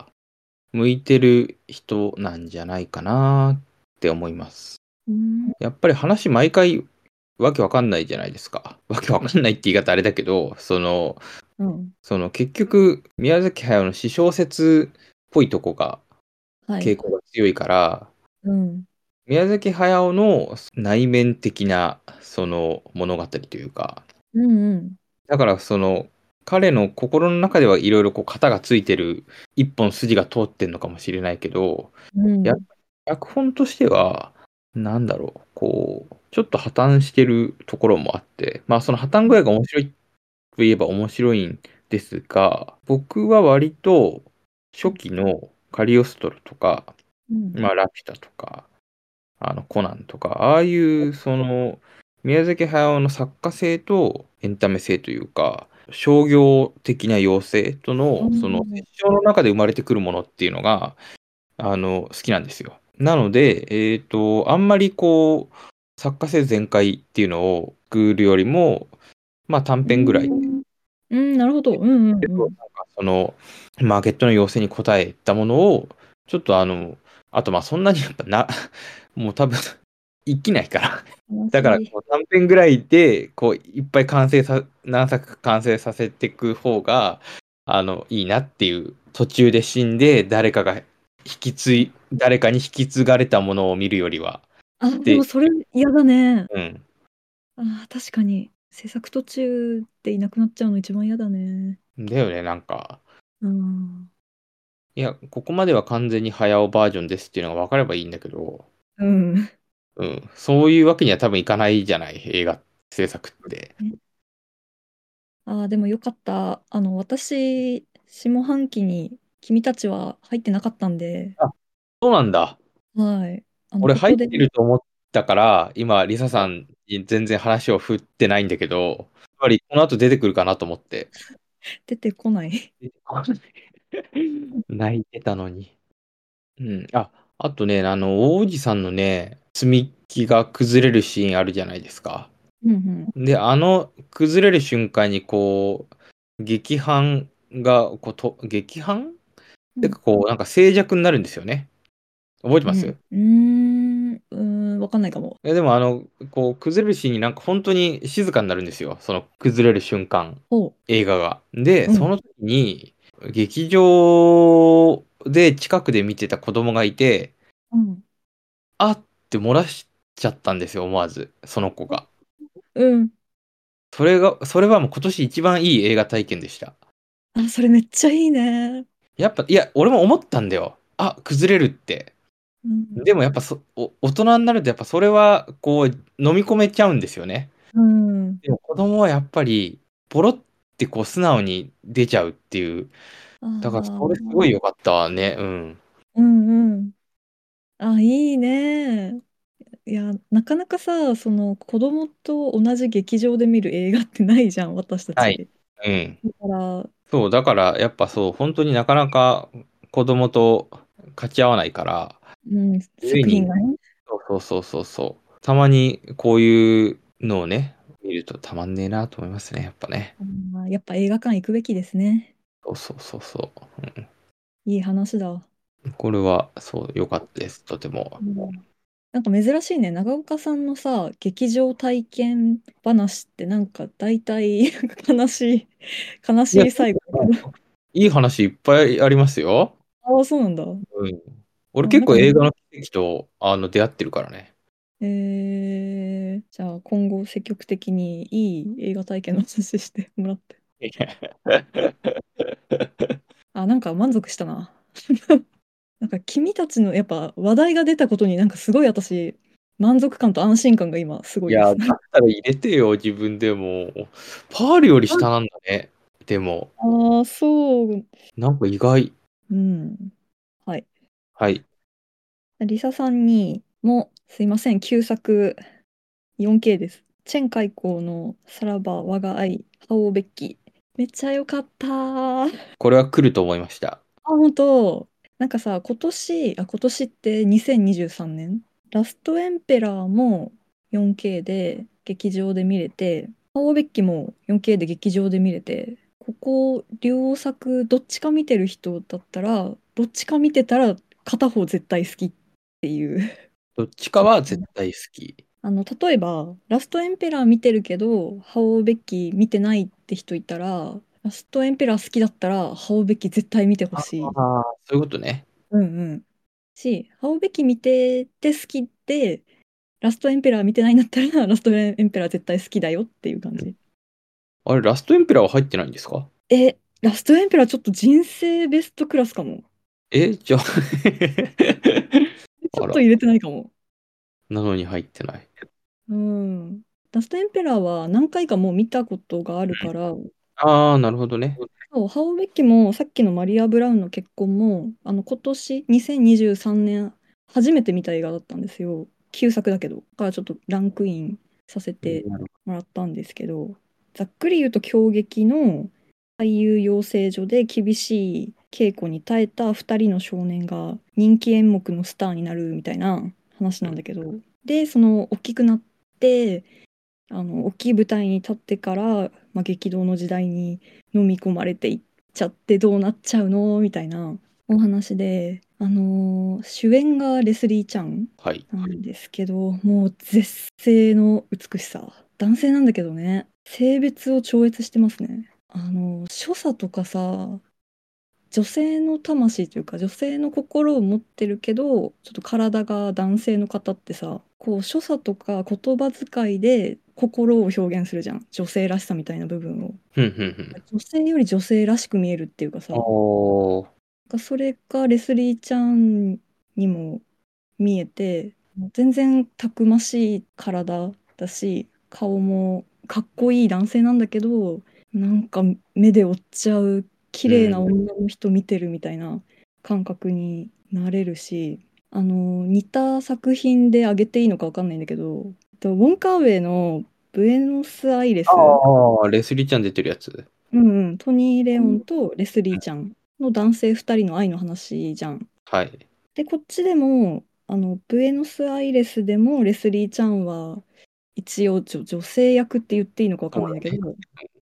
B: 向いてる人なんじゃないかなって思います。
A: うん、
B: やっぱり話毎回わけわかんないじゃないですか。わけわかんないって言い方あれだけど、その、
A: うん、
B: その結局宮崎駿の私小説っぽいとこが
A: はい。
B: 傾向が強いから、
A: うん、
B: 宮崎駿の内面的なその物語というか、
A: うん、うん。
B: だからその彼の心の中ではいろいろこう型がついてる一本筋が通ってんのかもしれないけど
A: うん、
B: や脚本としてはなんだろうこうちょっと破綻してるところもあってまあその破綻具合が面白いといえば面白いんですが僕は割と初期のカリオストロとか
A: うん、
B: まあ、ラピュタとか、あの、コナンとか、ああいう、その、宮崎駿の作家性とエンタメ性というか、商業的な要請と
A: う
B: の、
A: ん
B: その、折衝の中で生まれてくるものっていうのが、あの、好きなんですよ。なので、えっ、と、あんまりこう、作家性全開っていうのを作るよりも、まあ短編ぐらいで、
A: うん、うんなるほど。うん、うん、うん。
B: そのマーケットの要請に応えたものをちょっとあのあとまあそんなにやっぱな (laughs) もう多分生きないからだから
A: 悲しい
B: こう短編ぐらいでこういっぱい完成さ何作か完成させていく方があのいいなっていう途中で死んで誰かが引き継い誰かに引き継がれたものを見るよりは
A: あ、
B: て
A: でもそれ嫌だね。
B: うん
A: あー、確かに。制作途中でいなくなっちゃうの一番嫌だね。
B: だよねなんか
A: うん。
B: いやここまでは完全に早尾バージョンですっていうのが分かればいいんだけど
A: うん。
B: うん、そういうわけには多分いかないじゃない、映画制作って。
A: ああ、でもよかった。あの、私、下半期に君たちは入ってなかったんで、
B: そうなんだ。
A: はい。あの、
B: 俺
A: こ
B: 入
A: こ
B: って
A: で、
B: ると思ったから、今、リサさんに全然話を振ってないんだけど、やっぱりこの後出てくるかなと思って。
A: 出てこない。
B: (laughs) 泣いてたのに。うん。あ、あとね、あの、王子さんのね、積み木が崩れるシーンあるじゃないですか。
A: うん
B: で、あの崩れる瞬間にこう、劇伴が、こうと、劇伴
A: うん
B: てかこう、なんか静寂になるんですよね。覚えてます、
A: うん。うーん、うーん、わかんないかも。
B: えでもあの、こう、崩れるシーンになんか本当に静かになるんですよ。その崩れる瞬間、
A: おう。
B: 映画が。で、
A: うん
B: その時に、劇場で近くで見てた子供がいて、
A: うん。
B: あって漏らしちゃったんですよ、思わず。その子が。
A: うん。
B: それが、それはもう今年一番いい映画体験でした。
A: あ、それめっちゃいいね。
B: やっぱ、いや、俺も思ったんだよ。あ、崩れるって。
A: うん。
B: でもやっぱそお大人になるとやっぱそれはこう飲み込めちゃうんですよね。
A: うん。
B: でも子供はやっぱりポロってこう素直に出ちゃうっていう。だからそれすごい
A: よ。
B: 良かったわね。うん。
A: うんうん。あ、いいね。いや、なかなかさ、その子供と同じ劇場で見る映画ってないじゃん、私たち。
B: はいうん。
A: だから、
B: そう、だからやっぱそう、本当になかなか子供と勝ち合わないから、
A: うん、作品がね。
B: そうそうそうそうそう。たまにこういうのをね、見るとたまんねえなと思いますね、やっぱね。
A: あーやっぱ映画館行くべきですね。
B: そうそうそうそう。うん
A: いい話だ。
B: これは、そう、良かったです。とても。
A: なんか珍しいね。長岡さんのさ、劇場体験話ってなんか大体 (laughs) 悲しい、悲しい最後。
B: いい話いっぱいありますよ。
A: ああ、そうなんだ。
B: うん。俺結構映画の奇跡と、あの、出会ってるからね。
A: えー、じゃあ今後積極的にいい映画体験の話してもらって。あ、なんか満足したな。 (laughs) なんか君たちのやっぱ話題が出たことになんかすごい私、満足感と安心感が今すご
B: い
A: いです
B: や、だったら入れてよ、自分でも。パールより下なんだね。でも、
A: ああ、そう。
B: なんか意外。
A: うん。はい。
B: はい。
A: リサさんにも、すいません、旧作 4K です。チェン海溝のさらば我が愛、ハオーベッキ。めっちゃ良かったー。
B: これは来ると思いました。
A: あ、本当。なんかさ、今年、あ、今年って2023年、ラストエンペラーも 4K で劇場で見れて、ハオーベッキも 4K で劇場で見れて、ここ両作どっちか見てる人だったら、どっちか見てたら片方絶対好きっていう。
B: どっちかは絶対好き。
A: あの、例えば、ラストエンペラー見てるけど、ハオーベッキ見てないって人いたら、ラストエンペラー好きだったら、ハオーベッキ絶対見てほしい。
B: そういうことね。
A: うんうん。し、ハオベキ見てて好きで、ラストエンペラー見てないんだったら、ラストエンペラー絶対好きだよっていう感じ。
B: あれ、ラストエンペラーは入ってないんですか
A: え、ラストエンペラーちょっと人生ベストクラスかも。
B: え、じゃあ (laughs)
A: ち
B: あ
A: ょっ
B: ら
A: と入れてないかも。
B: なのに入ってない。
A: うん。ラストエンペラーは何回かもう見たことがあるから、
B: ああ、なるほどね。
A: そう、ハオベッキもさっきのマリア・ブラウンの結婚も、あの今年2023年初めて見た映画だったんですよ。旧作だけど。だからちょっとランクインさせて
B: なる
A: もらったんですけどざっくり言うと狂劇の俳優養成所で厳しい稽古に耐えた2人の少年が人気演目のスターになるみたいな話なんだけどでその大きくなってあの大きい舞台に立ってから、まあ、激動の時代に飲み込まれていっちゃってどうなっちゃうのみたいなお話で、あのー主演がレスリー・ちゃん
B: はい。
A: なんですけど、もう絶世の美しさ。男性なんだけどね、性別を超越してますね。あの、所作とかさ、女性の魂というか、女性の心を持ってるけど、ちょっと体が男性の方ってさ、こう、所作とか言葉遣いで心を表現するじゃん。女性らしさみたいな部分を。
B: ふんふんふん。
A: 女性より女性らしく見えるっていうかさ。
B: おー
A: なんかそれがレスリーちゃんにも見えて全然たくましい体だし顔もかっこいい男性なんだけどなんか目で追っちゃう綺麗な女の人見てるみたいな感覚になれるし、あの似た作品であげていいのかわかんないんだけどえっとウォン・カーウェイの「ブエノス・アイレス」
B: ああ、レスリーちゃん出てるやつ。
A: うんうん、トニー・レオンとレスリーちゃんの男性2人の愛の話じゃん。
B: はい。
A: で、こっちでも、あの、ブエノスアイレスでもレスリーちゃんは一応女、女性役って言っていいのかわかんないんだけど、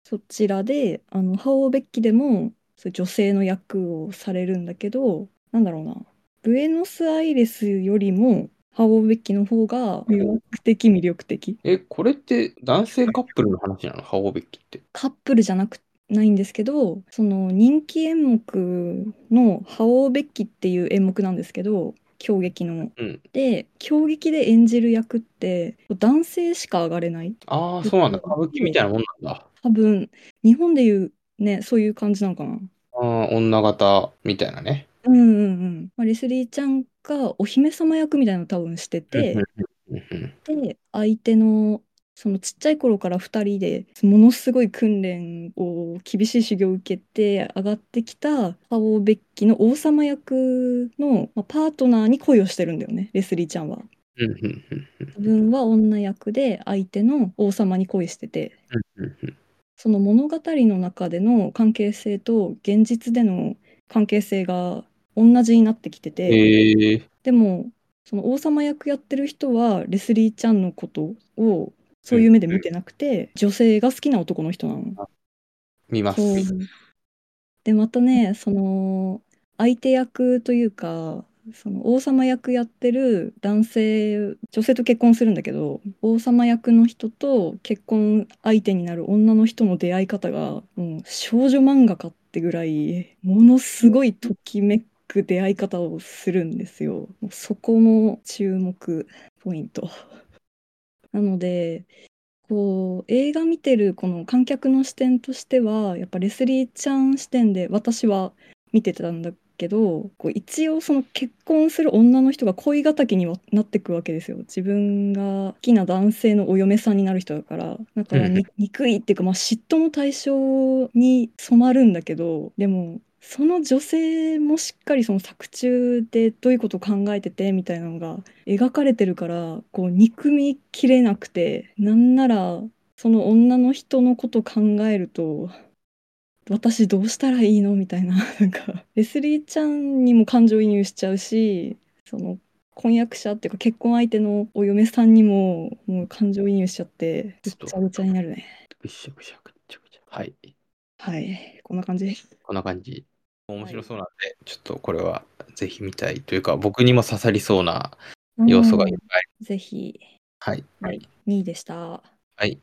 A: そちらで、あの、ハオーベッキでもそういう女性の役をされるんだけど、なんだろうな、ブエノスアイレスよりもハオーベッキの方が魅力的、魅力的。
B: え、これって男性カップルの話なのハオベッキって。
A: カップルじゃなくないんですけどその人気演目の「ハオーベッキ」っていう演目なんですけど狂劇の。
B: うん
A: で狂劇で演じる役って男性しか上がれない
B: ああ、そうなんだ。歌舞伎みたいなもんなんだ。
A: 多分日本でいうねそういう感じなのかな。
B: ああ、女型みたいなね。
A: うんうんうんまあ、レスリーちゃんがお姫様役みたいなのを多分してて。
B: うんうんうんうん
A: で相手のそのちっちゃい頃から2人でものすごい訓練を厳しい修行を受けて上がってきたハオーベッキの王様役の、まあ、パートナーに恋をしてるんだよねレスリーちゃんは。
B: うんうんうん
A: 自分は女役で相手の王様に恋してて
B: うんうん
A: その物語の中での関係性と現実での関係性が同じになってきてて。
B: へえ。
A: でもその王様役やってる人はレスリーちゃんのことをそういう目で見てなくて、女性が好きな男の人なの。
B: 見ます。
A: そうで、またね、その、相手役というか、その王様役やってる男性、女性と結婚するんだけど、王様役の人と結婚相手になる女の人の出会い方が、もう少女漫画かってぐらい、ものすごいときめく出会い方をするんですよ。もうそこも注目ポイント。 (laughs) なので、こう映画見てるこの観客の視点としてはやっぱレスリーちゃん視点で私は見てたんだけどこう一応その結婚する女の人が恋敵にはなってくわけですよ自分が好きな男性のお嫁さんになる人だからだからに憎いっていうか、まあ、嫉妬の対象に染まるんだけどでもその女性もしっかりその作中でどういうことを考えててみたいなのが描かれてるからこう憎みきれなくてなんならその女の人のこと考えると私どうしたらいいのみたいな (laughs) なんかレスリーちゃんにも感情移入しちゃうしその婚約者っていうか結婚相手のお嫁さんにももう感情移入しちゃってぐっちゃぐちゃになるね
B: ぐしゃぐしゃぐちゃぐちゃ。はい。
A: はいこんな感じ
B: こんな感じ。面白そうなんで、ちょっとこれはぜひ見たいというか、僕にも刺さりそうな要素がいっぱい。
A: ぜひ
B: はい。
A: はい2位でした
B: はい。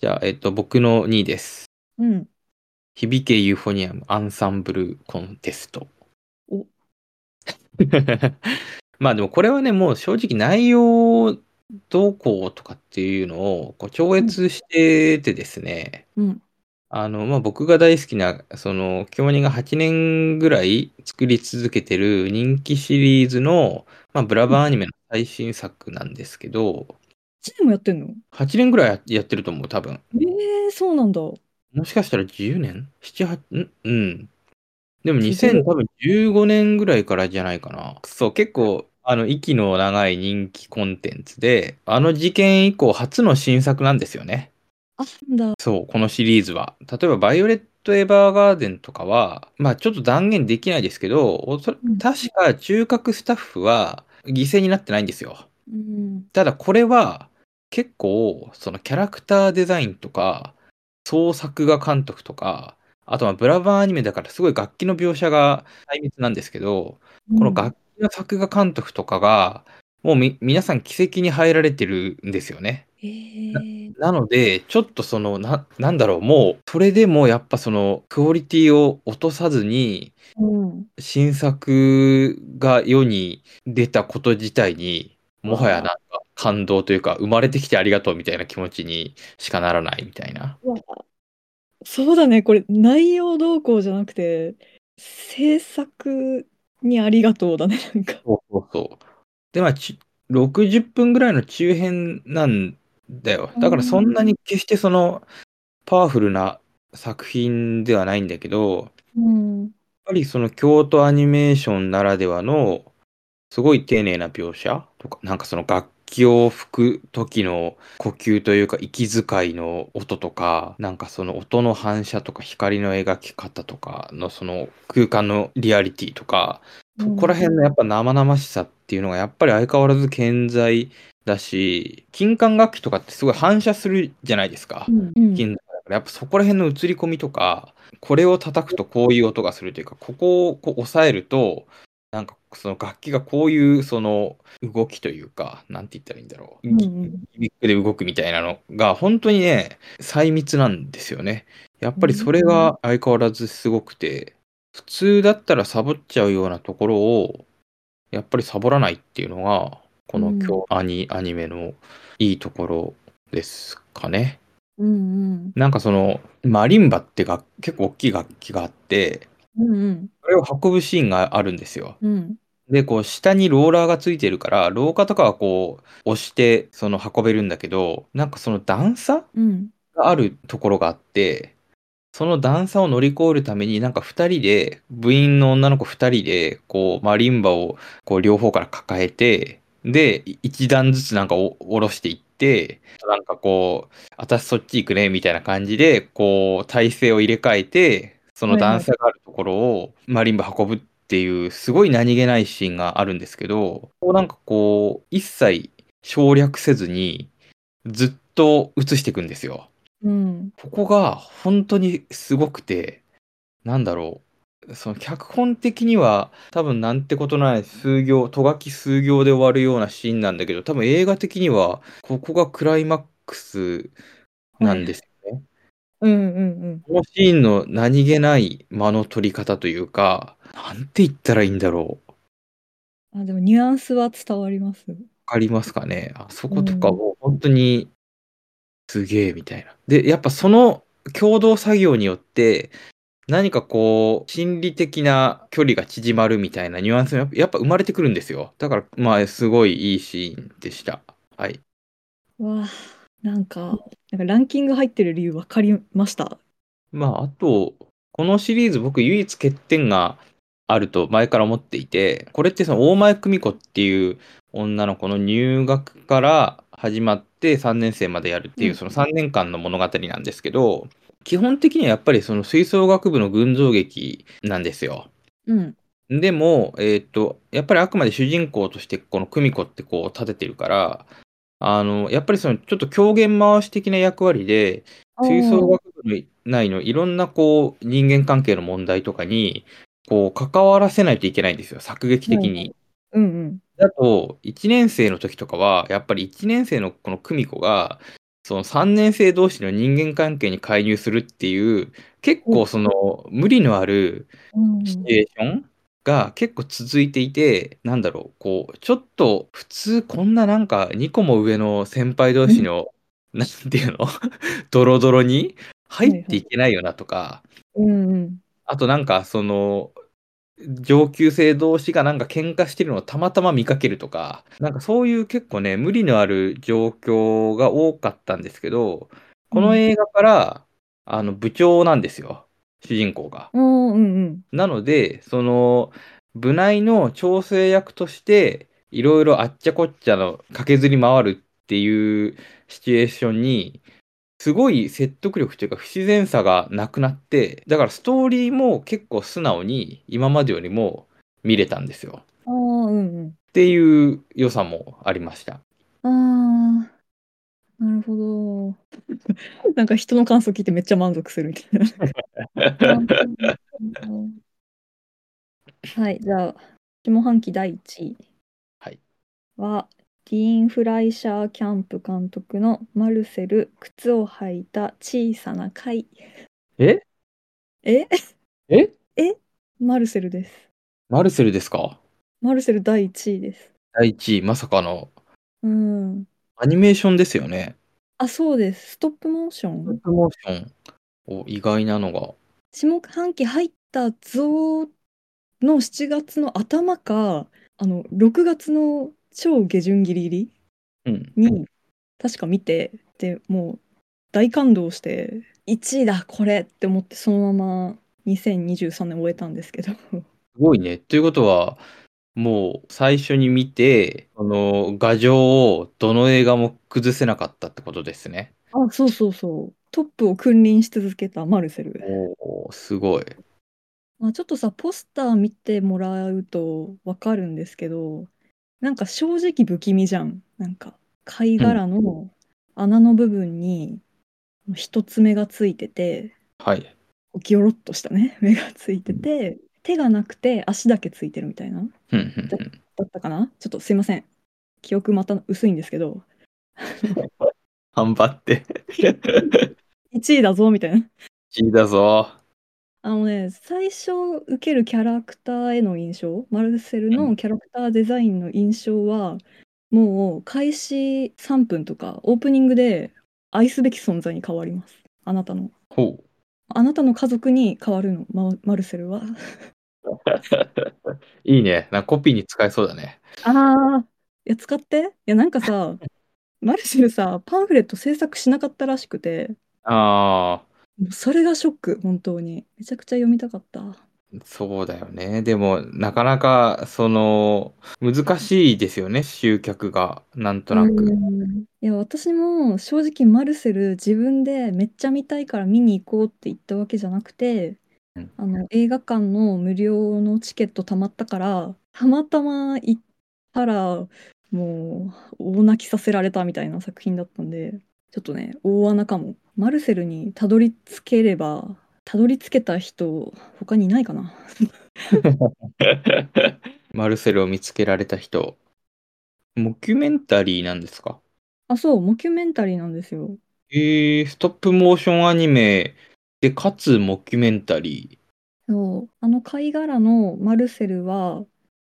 B: じゃあ、えっと、僕の2位です。
A: うん
B: 響けユーフォニアムアンサンブルコンテスト。
A: お
B: (laughs) まあでもこれはね、もう正直内容どうこうとかっていうのをこう超越しててですね、
A: うん
B: あの、まあ僕が大好きな、その、京アニが8年ぐらい作り続けてる人気シリーズの、まあブラバーアニメの最新作なんですけど、
A: 1年もやってんの
B: 8年ぐらいやってると思う、多分。
A: えー、そうなんだ。
B: もしかしたら10年 ?7、8? んうん。でも
A: 15
B: 2015年ぐらいからじゃないかな。そう、結構、あの、息の長い人気コンテンツで、あの事件以降初の新作なんですよね。
A: あ、なんだ。
B: そう、このシリーズは。例えば、バイオレット・エヴァーガーデンとかは、まあちょっと断言できないですけど、おそ
A: うん
B: 確か中核スタッフは犠牲になってないんですよ。
A: うん。
B: ただこれは結構そのキャラクターデザインとか総作画監督とかあとはブラバーアニメだからすごい楽器の描写が細密なんですけど、この楽器の作画監督とかがもうみ皆さん奇跡に入られてるんですよね。
A: えー、
B: なのでちょっとそのななんだろうもうそれでもやっぱそのクオリティを落とさずに
A: うん。
B: 新作が世に出たこと自体にもはやなんか感動というか生まれてきてありがとうみたいな気持ちにしかならないみたいな
A: そうだね、これ、内容動向じゃなくて、制作にありがとうだね、 (laughs) なんか。
B: そうそうそうでまあち60分ぐらいの中編なんだよだからそんなに決してそのパワフルな作品ではないんだけど
A: うん。
B: やっぱりその京都アニメーションならではのすごい丁寧な描写とか、なんかその楽器を吹く時の呼吸というか息遣いの音とか、なんかその音の反射とか光の描き方とかのその空間のリアリティとか、そこら辺のやっぱ生々しさっていうのがやっぱり相変わらず健在だし、金管楽器とかってすごい反射するじゃないですか。
A: うん。うん
B: 金だからやっぱそこら辺の映り込みとかこれを叩くとこういう音がするというかここをこう押さえるとなんかその楽器がこういうその動きというかなんて言ったらいいんだろう、
A: うんう
B: ギ
A: ん
B: ミックで動くみたいなのが本当にね細密なんですよねやっぱりそれが相変わらずすごくて普通だったらサボっちゃうようなところをやっぱりサボらないっていうのがこの今日アニ,、アニメのいいところですかね。
A: うん
B: なんかそのマリンバって楽結構大きい楽器があって
A: うんうん
B: それを運ぶシーンがあるんですよ。
A: うん
B: でこう下にローラーがついてるから廊下とかはこう押してその運べるんだけどなんかその段差
A: うん
B: があるところがあってその段差を乗り越えるためになんか2人で部員の女の子2人でこうマリンバをこう両方から抱えてで1段ずつなんかお下ろしていってなんかこう私そっち行くねみたいな感じでこう体勢を入れ替えてその段差があるところをマリンバ運ぶっていうすごい何気ないシーンがあるんですけどこうなんかこう一切省略せずにずっと映していくんですよ。
A: うん
B: ここが本当にすごくて、なんだろう、その脚本的には多分なんてことない数行、とがき数行で終わるようなシーンなんだけど、多分映画的にはここがクライマックスなんですよね。
A: うんうんうん。
B: このシーンの何気ない間の取り方というか、なんて言ったらいいんだろう。
A: あ、でもニュアンスは伝わります。
B: わかりますかね。あそことかもう本当にすげえみたいな。で、やっぱその共同作業によって、何かこう、心理的な距離が縮まるみたいなニュアンスもやっぱやっぱ生まれてくるんですよ。だから、まあ、すごいいいシーンでした。はい。
A: わあ、なんか、なんかランキング入ってる理由分かりました。
B: まあ、あと、このシリーズ僕唯一欠点があると前から思っていて、これってその大前久美子っていう女の子の入学から始まって3年生までやるっていううんその3年間の物語なんですけど、基本的にはやっぱりその吹奏楽部の群像劇なんですよ。
A: うん。
B: でも、えーっと、やっぱりあくまで主人公として、この久美子ってこう立ててるから、あの、やっぱりそのちょっと狂言回し的な役割で、吹奏楽部の内のいろんなこう人間関係の問題とかに、こう関わらせないといけないんですよ、作劇的
A: はいは
B: に。
A: うんうん。
B: だと、1年生の時とかは、やっぱり1年生のこの久美子が、その3年生同士の人間関係に介入するっていう、結構その無理のある
A: うん
B: シチュエーションが結構続いていて、なんだろう、こう、ちょっと普通こんななんか2個も上の先輩同士の、なんていうの (laughs) ドロドロに入っていけないよなとか、
A: うんうん。
B: あとなんかその、上級生同士がなんか喧嘩してるのをたまたま見かけるとか、なんかそういう結構ね、無理のある状況が多かったんですけど、この映画から、あの、部長なんですよ、主人公が。
A: うんうん
B: なので、その、部内の調整役として、いろいろあっちゃこっちゃの駆けずり回るっていうシチュエーションに、すごい説得力というか不自然さがなくなって、だからストーリーも結構素直に今までよりも見れたんですよ。
A: うん。ああ、うん
B: っていう良さもありました。
A: うん。ああ、なるほど。 (laughs) なんか人の感想聞いてめっちゃ満足するみたいな。 (laughs) はい、じゃあ、下半期第1位
B: はい
A: は、ディーン・フライシャー・キャンプ監督のマルセル、靴を履いた小さな貝。
B: え
A: え
B: え
A: マルセルです。
B: マルセルですか
A: マルセル第1位です。
B: 第1位、まさかの
A: うん。
B: アニメーションですよね。
A: あ、そうです。ストップモーション。
B: プモーション。お、意外なのが。
A: 下半期入ったぞーの7月の頭か、あの、6月の超下旬ギリギリ。
B: うん。
A: に確か見てでもう大感動して1位だこれって思ってそのまま2023年終えたんですけど
B: すごいね。ということは、もう最初に見て、その画像をどの映画も崩せなかったってことですね。
A: あそうそうそうトップを君臨し続けたマルセル、
B: おお、すごい。
A: まあ、ちょっとさポスター見てもらうとわかるんですけどなんか正直不気味じゃんなんか貝殻の穴の部分に一つ目がついてて
B: はい。
A: ギョロッとしたね (laughs) 目がついてて手がなくて足だけついてるみたいな
B: ふんふんふん
A: だったかなちょっとすいません記憶また薄いんですけど
B: 頑張って。
A: 1位だぞみたいな
B: 1位だぞ。
A: あのね最初受けるキャラクターへの印象マルセルのキャラクターデザインの印象はもう開始3分とかオープニングで愛すべき存在に変わりますあなたの
B: ほう。
A: あなたの家族に変わるのママルセルは
B: いいね。なんかコピーに使えそうだね。
A: ああ (laughs) いや使っていやなんかさマルセルさパンフレット制作しなかったらしくて
B: あ
A: もうそれがショック、本当に。めちゃくちゃ読みたかった。
B: あ、そうだよね。でも、なかなか、その、難しいですよね。集客が、なんとなく。
A: うんいや、私も正直マルセル自分でめっちゃ見たいから見に行こうって言ったわけじゃなくて
B: うん、
A: あの、映画館の無料のチケットたまったから、たまたま行ったら、もう大泣きさせられたみたいな作品だったんで、ちょっとね、大穴かも。マルセルにたどり着ければ、たどり着けた人、他にいないかな。
B: マルセルを見つけられた人。モキュメンタリーなんですか
A: あ、そう、モキュメンタリーなんですよ。
B: えー、ストップモーションアニメで、かつモキュメンタリ
A: そう、あの貝殻のマルセルは、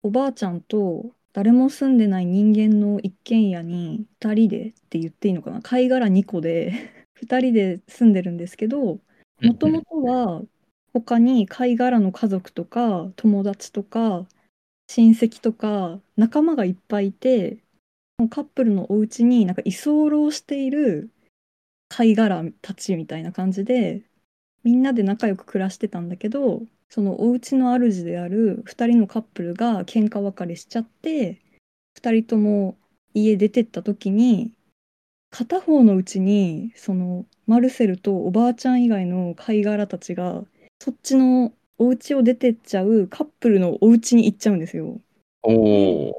A: おばあちゃんと誰も住んでない人間の一軒家に2人でって言っていいのかな貝殻2個で (laughs) 2人で住んでるんですけど、
B: ー。
A: もともとは他に貝殻の家族とか友達とか親戚とか仲間がいっぱいいてもうカップルのお家になんか居候している貝殻たちみたいな感じでみんなで仲良く暮らしてたんだけどそのお家の主である2人のカップルが喧嘩別れしちゃって2人とも家出てった時に片方のうちにそのマルセルとおばあちゃん以外の貝殻たちがそっちのお家を出てっちゃうカップルのお家に行っちゃうんですよ。
B: おー。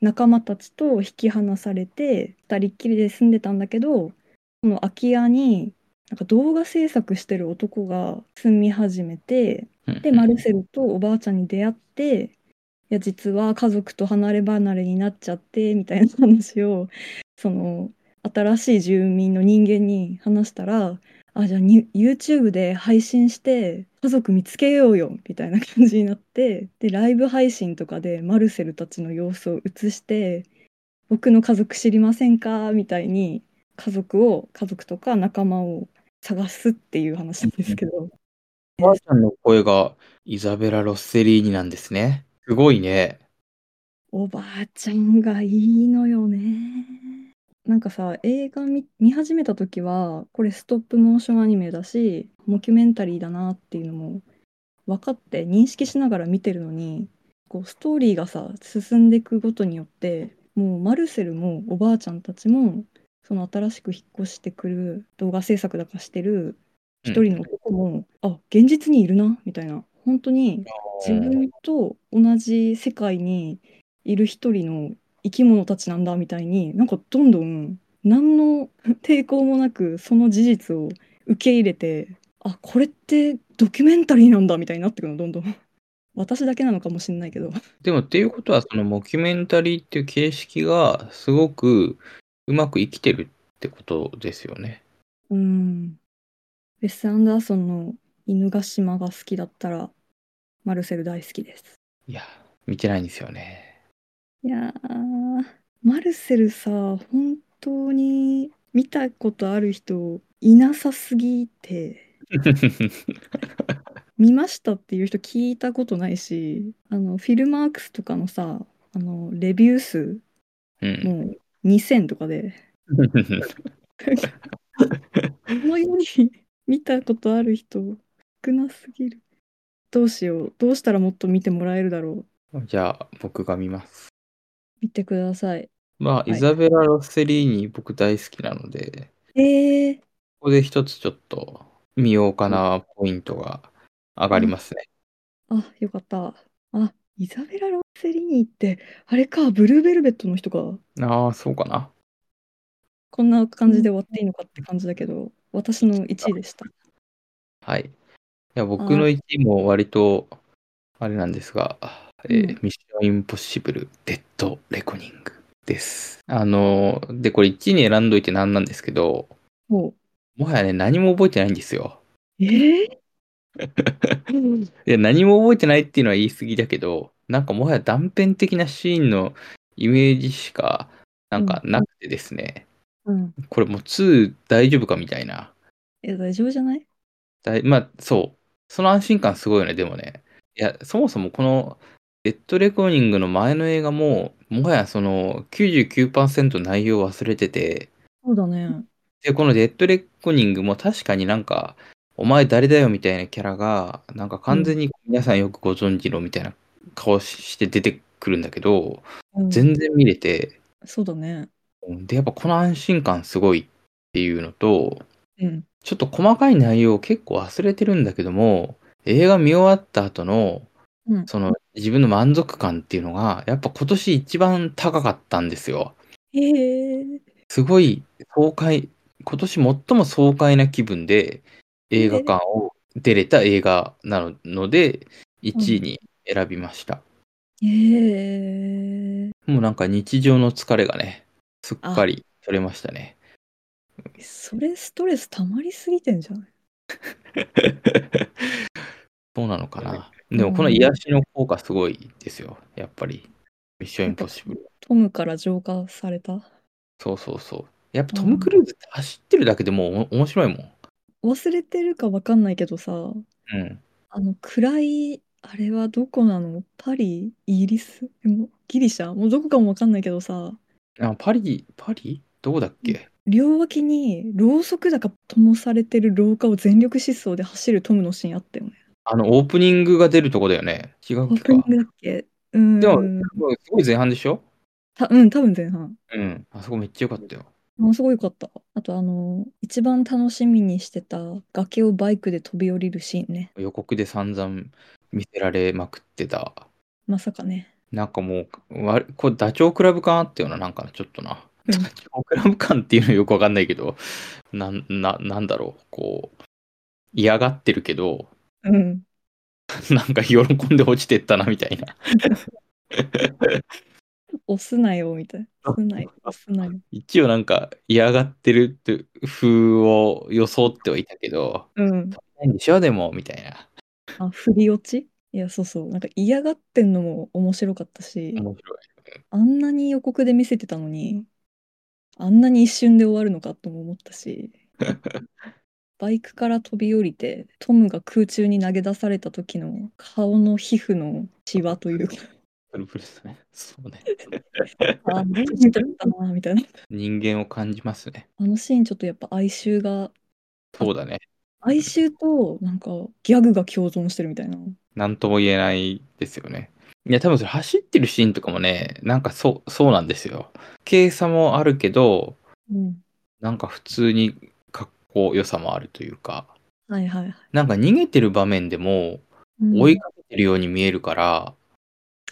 A: 仲間たちと引き離されて二人っきりで住んでたんだけどその空き家になんか動画制作してる男が住み始めてでマルセルとおばあちゃんに出会っていや実は家族と離れ離れになっちゃってみたいな話をその新しい住民の人間に話したらあじゃあに YouTube で配信して家族見つけようよみたいな感じになってでライブ配信とかでマルセルたちの様子を映して僕の家族知りませんかみたいに家族を家族とか仲間を探すっていう話なんですけど。
B: おばあちゃんの声がイザベラ・ロッセリーニなんですね。すごいね。
A: おばあちゃんがいいのよね。なんかさ、映画見、見始めた時は、これストップモーションアニメだし、モキュメンタリーだなっていうのも分かって認識しながら見てるのに、こうストーリーがさ、進んでいくことによって、もうマルセルもおばあちゃんたちも、その新しく引っ越してくる動画制作だかしてる一人の男も、あ、現実にいるな、みたいな。本当に自分と同じ世界にいる一人の生き物たちなんだみたいになんかどんどん何の抵抗もなくその事実を受け入れてあこれってドキュメンタリーなんだみたいになってくのどんどん私だけなのかもしれないけど
B: でもっていうことは、そのモキュメンタリーっていう形式がすごくうまく生きてるってことですよね。
A: うんウェス・アンダーソンの「犬ヶ島」が好きだったらマルセル大好きです
B: いや、見てないんですよ
A: (laughs)
B: ね。
A: いやーマルセルさ本当に見たことある人いなさすぎて見ましたっていう人聞いたことないしあのフィルマークスとかのさあのレビュー数
B: うん。
A: もう2000とかで (laughs) このように見たことある人少なすぎるどうしようどうしたらもっと見てもらえるだろう
B: (laughs) じゃあ、僕が見ます。
A: 見てください
B: まあ、
A: い
B: イザベラ・ロッセリーニ僕大好きなので、
A: えー、
B: ここで一つちょっと見ようかなポイントが上がりますね。
A: あよかったあイザベラ・ロッセリーニってあれかブルーベルベットの人か
B: ああ、そうかな。
A: こんな感じで終わっていいのかって感じだけど私の1位でした
B: はい。いや僕の1位も割と、あれなんですが、え
A: う
B: ー
A: ん
B: ミッションインポッシブル、デッドレコニングです。あの、で、これ1位に選んどいて何なんですけど、
A: も
B: もはやね、何も覚えてないんですよ。
A: うえー、
B: いや、何も覚えてないっていうのは言い過ぎだけど、なんかもはや断片的なシーンのイメージしか、なんかなくてですね、
A: うん
B: これもう2大丈夫かみたいな。
A: え大丈夫じゃない
B: だいまあそう。その安心感すごいよね、でもね。いや、そもそもこのデッドレコーニングの前の映画も、もはやその99%内容を忘れてて、
A: そうだね。
B: で、このデッドレコーニングも確かになんか、お前誰だよみたいなキャラが、なんか完全に皆さんよくご存知のみたいな顔して出てくるんだけど、
A: うん
B: 全然見れて、
A: そうだね。
B: で、やっぱこの安心感すごいっていうのと、
A: うん。
B: ちょっと細かい内容を結構忘れてるんだけども、映画見終わった後の、
A: うん
B: その自分の満足感っていうのが、やっぱ今年一番高かったんですよ。
A: へえ。
B: すごい爽快、今年最も爽快な気分で映画館を出れた映画なのので、1位に選びました。
A: ええ
B: もうなんか日常の疲れがね、すっかり取れましたね。
A: それストレス溜まりすぎてんじゃない
B: (laughs) そうなのかな。
A: うん
B: でもこの癒しの効果すごいですよ。やっぱり。ミッションインポッシブル。
A: トムから浄化された
B: そうそうそう。やっぱトム・クルーズって走ってるだけでもうお面白いもん。
A: 忘れてるかわかんないけどさ、
B: うん。
A: あの暗い、あれはどこなのパリイギリスでもギリシャもうどこかもわかんないけどさ、
B: あパリ、パリどこだっけ
A: 両脇にろうそくだか灯されてる廊下を全力疾走で走るトムのシーンあったよね。
B: あの、オープニングが出るとこだよね。違う
A: オ
B: っ
A: ー
B: け
A: プニン
B: か。
A: グだっけうん。
B: でももうすごい前半でしょ
A: たうん、多分前半。
B: うん。あそこめっちゃ良かったよ。
A: ものすごい良かった。あとあの、一番楽しみにしてた崖をバイクで飛び降りるシーンね。
B: 予告で散々見せられまくってた。
A: まさかね。
B: なんかもう、わこれダチョウ倶楽部感あったよな、なんかな、ちょっとな。
A: うん
B: ダチョウ倶楽部感っていうのよくわかんないけど、なん、な、なんだろう、こう、嫌がってるけど、 (laughs)
A: うん。
B: なんか喜んで落ちてったな、みたいな。
A: 押すなよ、みたいな。押すなよ、押すなよ。
B: 一応なんか嫌がってるって風を装ってはいたけど、
A: うん。
B: ないんでしょ、でも、みたいな。
A: あ、振り落ちいや、そうそう。なんか嫌がってんのも面白かったし、
B: 面白い。
A: あんなに予告で見せてたのに、あんなに一瞬で終わるのかとも思った
B: (laughs)
A: し、バイクから飛び降りて、トムが空中に投げ出された時の顔の皮膚のシワという
B: (laughs)
A: か、
B: プルプルですね。そうね。
A: あ、なんか見たかったな、みたいな。
B: 人間を感じますね。
A: あのシーンちょっとやっぱ哀愁が、
B: そうだね。
A: 哀愁となんかギャグが共存してるみたいな。
B: なんとも言えないですよね。いや、多分それ走ってるシーンとかもね、なんかそう、そうなんですよ。軽さもあるけど、
A: うん。
B: なんか普通に格好良さもあるというか、
A: はいはいはい。
B: なんか逃げてる場面でも
A: うん
B: 追いかけてるように見えるから、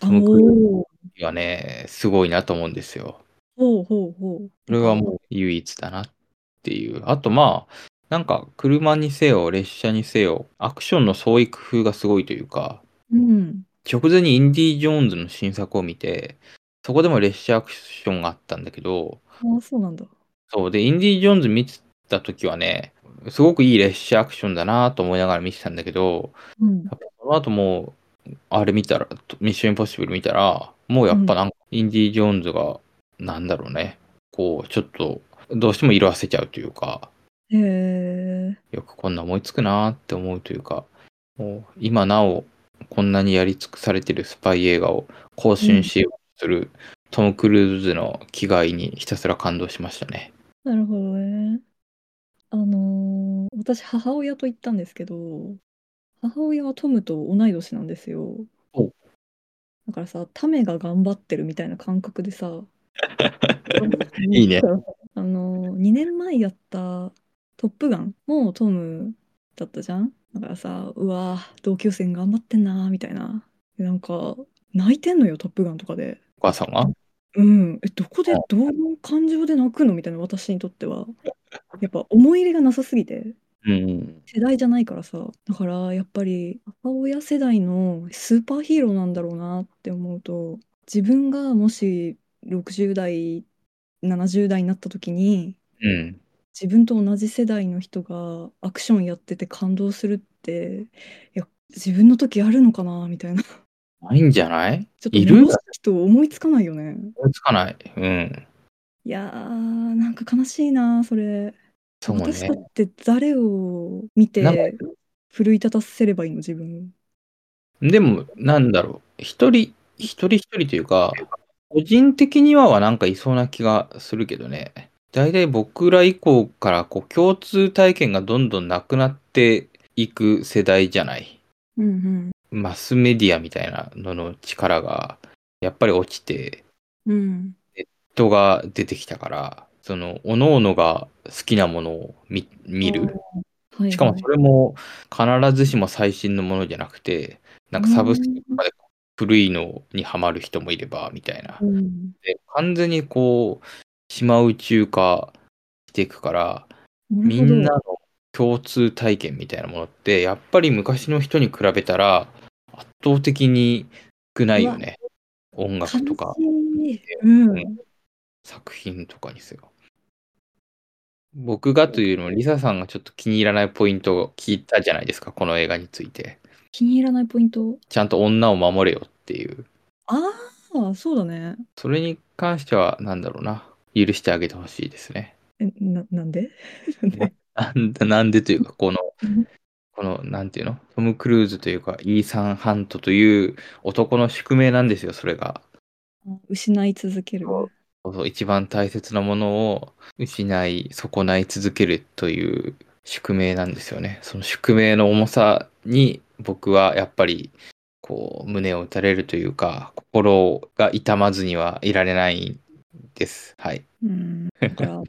A: あ
B: トムクルー
A: おー
B: ズはね、すごいなと思うんですよ。
A: ほうほうほう。
B: それはもう唯一だなっていう。あとまあ、なんか車にせよ、列車にせよ、アクションの創意工夫がすごいというか、
A: うん。
B: 直前にインディ・ージョーンズの新作を見て、そこでも列車アクションがあったんだけど、
A: ああ、そうなんだ。
B: そう、で、インディ・ージョーンズ見てた時はね、すごくいい列車アクションだなと思いながら見てたんだけど、
A: うん。
B: やっぱその後もう、あれ見たら、とミッション・インポッシブル見たら、もうやっぱなんか、インディ・ージョーンズが、なんだろうね、こう、ちょっと、どうしても色あせちゃうというか、
A: へえ。
B: よくこんな思いつくなって思うというか、もう今なおこんなにやり尽くされてるスパイ映画を更新しようとするトム・クルーズの気概にひたすら感動しましたね。
A: なるほどね。あのー私、母親と行ったんですけど、母親はトムと同い年なんですよ
B: お。
A: だからさ、タメが頑張ってるみたいな感覚でさ、
B: (laughs) いいね。
A: (laughs) あの2年前やった「トップガン」もトムだったじゃんだからさうわー同級生頑張ってんなーみたいなでなんか泣いてんのよ「トップガン」とかで
B: お母さんが
A: うんえどこでどういう感情で泣くのみたいな私にとってはやっぱ思い入れがなさすぎて
B: うん。
A: 世代じゃないからさだからやっぱり母親世代のスーパーヒーローなんだろうなって思うと自分がもし60代70代になった時に
B: うん。
A: 自分と同じ世代の人がアクションやってて感動するっていや自分の時あるのかなみたいなちょ
B: ないんじゃない
A: っと
B: いる
A: 物好きと思いつかないよね
B: 思いつかない。うん。
A: いやーなんか悲しいなそれ
B: そう
A: 私
B: ね
A: だ。って誰を見
B: なんか
A: て奮い立たせればいいの自分
B: でも、なんだろう。一人、一人一人というか、個人的にははなんかいそうな気がするけどね。大体僕ら以降からこう共通体験がどんどんなくなっていく世代じゃない。
A: うん
B: マスメディアみたいなのの力がやっぱり落ちて
A: うんうん
B: 人が出てきたから、その、各々が好きなものを見見る。
A: はい
B: しかも
A: はい
B: それも必ずしも最新のものじゃなくて、なんかサブスクとかで古いのにハマる人もいればみたいな
A: う。ん
B: で完全にこう、島宇宙化していくから、
A: なる
B: み
A: ほど
B: んなの共通体験みたいなものって、やっぱり昔の人に比べたら圧倒的に少ないよね。音楽とか
A: 悲しいうん。
B: 作品とかにせよ。僕がというのも、リサさんがちょっと気に入らないポイントを聞いたじゃないですか、この映画について。
A: 気に入らないポイント。
B: ちゃんと女を守れよっていう。
A: ああ、そうだね。
B: それに関しては、なんだろうな。許してあげてほしいですね。
A: え、な、なんでなんで
B: なんだなんでというか、この
A: うん、
B: この、なんていうのトム・クルーズというか、イーサン・ハントという男の宿命なんですよ、それが。
A: (laughs) 失い続ける。
B: そうそう一番大切なものを失い、損ない続けるという宿命なんですよね。その宿命の重さに、僕はやっぱり、こう、胸を打たれるというか、心が痛まずにはいられないんです。はい。
A: うん。だ
B: (laughs)
A: から、の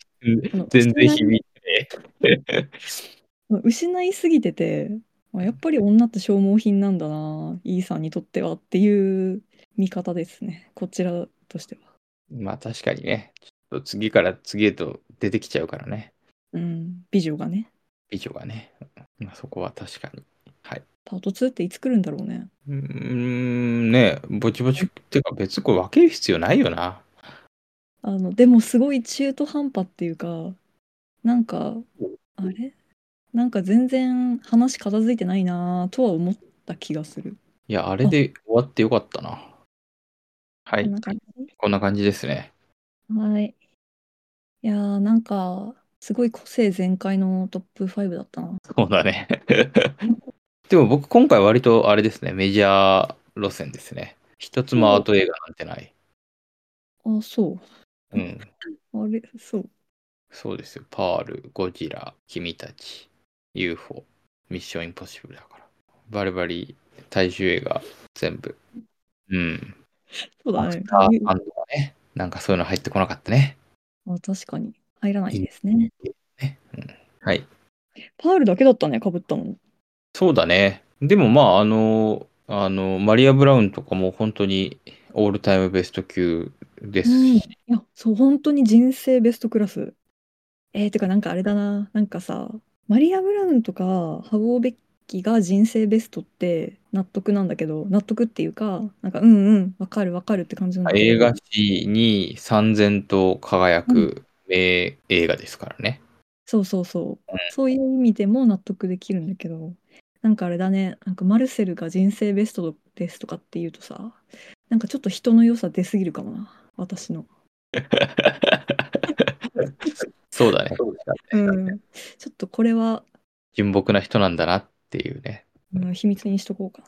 B: 全然響いてね。 (laughs)
A: 失いすぎてて、まあやっぱり女って消耗品なんだな、イーさんにとってはっていう見方ですね。こちらとしては。
B: まあ確かにね、ちょっと次から次へと出てきちゃうからね、
A: うん。美女がね。
B: 美女がね。まあそこは確かに。はい。
A: パート2っていつ来るんだろうね。
B: うーん、ねぼちぼち。ってか別にこれ分ける必要ないよな。
A: あの、でもすごい中途半端っていうか、なんか、あれなんか全然話片付いてないなとは思った気がする。
B: いや、あれで終わってよかったな。は
A: こ
B: い
A: んな。感じ
B: こんな感じですね。
A: はい。いやーなんか、すごい個性全開のトップ5だったな。
B: そうだね。でも僕今回割とあれですね、メジャー路線ですね。一つもアート映画なんてない。
A: あ、そ
B: うん。
A: う。あれ、そう。
B: そうですよ。パール、ゴジラ、君たち、UFO、ミッションインポッシブルだから。バリバリ大衆映画全部。うん。
A: そうだ
B: ア
A: ね
B: ク。ターファンとかね。なんかそういうの入ってこなかったね。
A: あ、確かに。入らないですね。
B: ねうん、はい。
A: パールだけだったね、かぶったの。
B: そうだね。でもまあ、あの、あの、マリア・ブラウンとかも本当にオールタイムベスト級です
A: うん
B: し、
A: いや、そう、本当に人生ベストクラス。えー、てか、なんかあれだな。なんかさ、マリア・ブラウンとか、ハウオベッキが人生ベストって納得なんだけど、納得っていうか、なんか、うんうん、わかるわかるって感じなんだけど
B: 映画史に三千と輝く名映画ですからね。 (laughs)
A: そうそうそう。そういう意味でも納得できるんだけど、なんかあれだね、なんかマルセルが人生ベストですとかって言うとさ、なんかちょっと人の良さ出すぎるかもな、私の。
B: そうだね。
A: うん。ちょっとこれは、
B: 純朴な人なんだなっていうね。
A: うん、秘密にしとこうか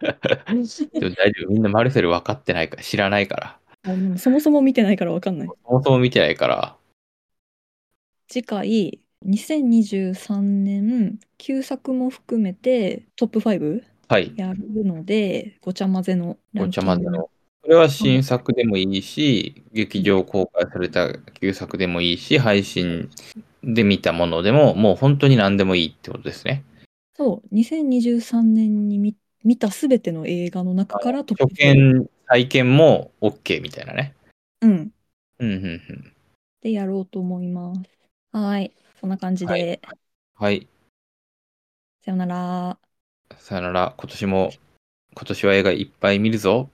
B: でも大丈夫、みんなマルセル分かってないから、知らないから。
A: な。あでもそもそも見てないからわかんない。
B: そもそも見てないから、
A: 次回、2023年、旧作も含めてトップ5
B: はい。
A: やるので、ごちゃ混ぜのラ
B: お
A: ンキ
B: 茶
A: ン
B: ま
A: グ
B: での。これは新作でもいいし、劇場公開された旧作でもいいし、配信で見たものでも、もう本当に何でもいいってことですね。
A: そう、2023年に見、見たすべての映画の中からトップ
B: 初見、体験も OK みたいなね。
A: うん。
B: うんうんうん。
A: でやろうと思います。はい。そんな感じで、
B: はいはい。
A: さよなら。
B: さよなら。今年も、今年は映画いっぱい見るぞ。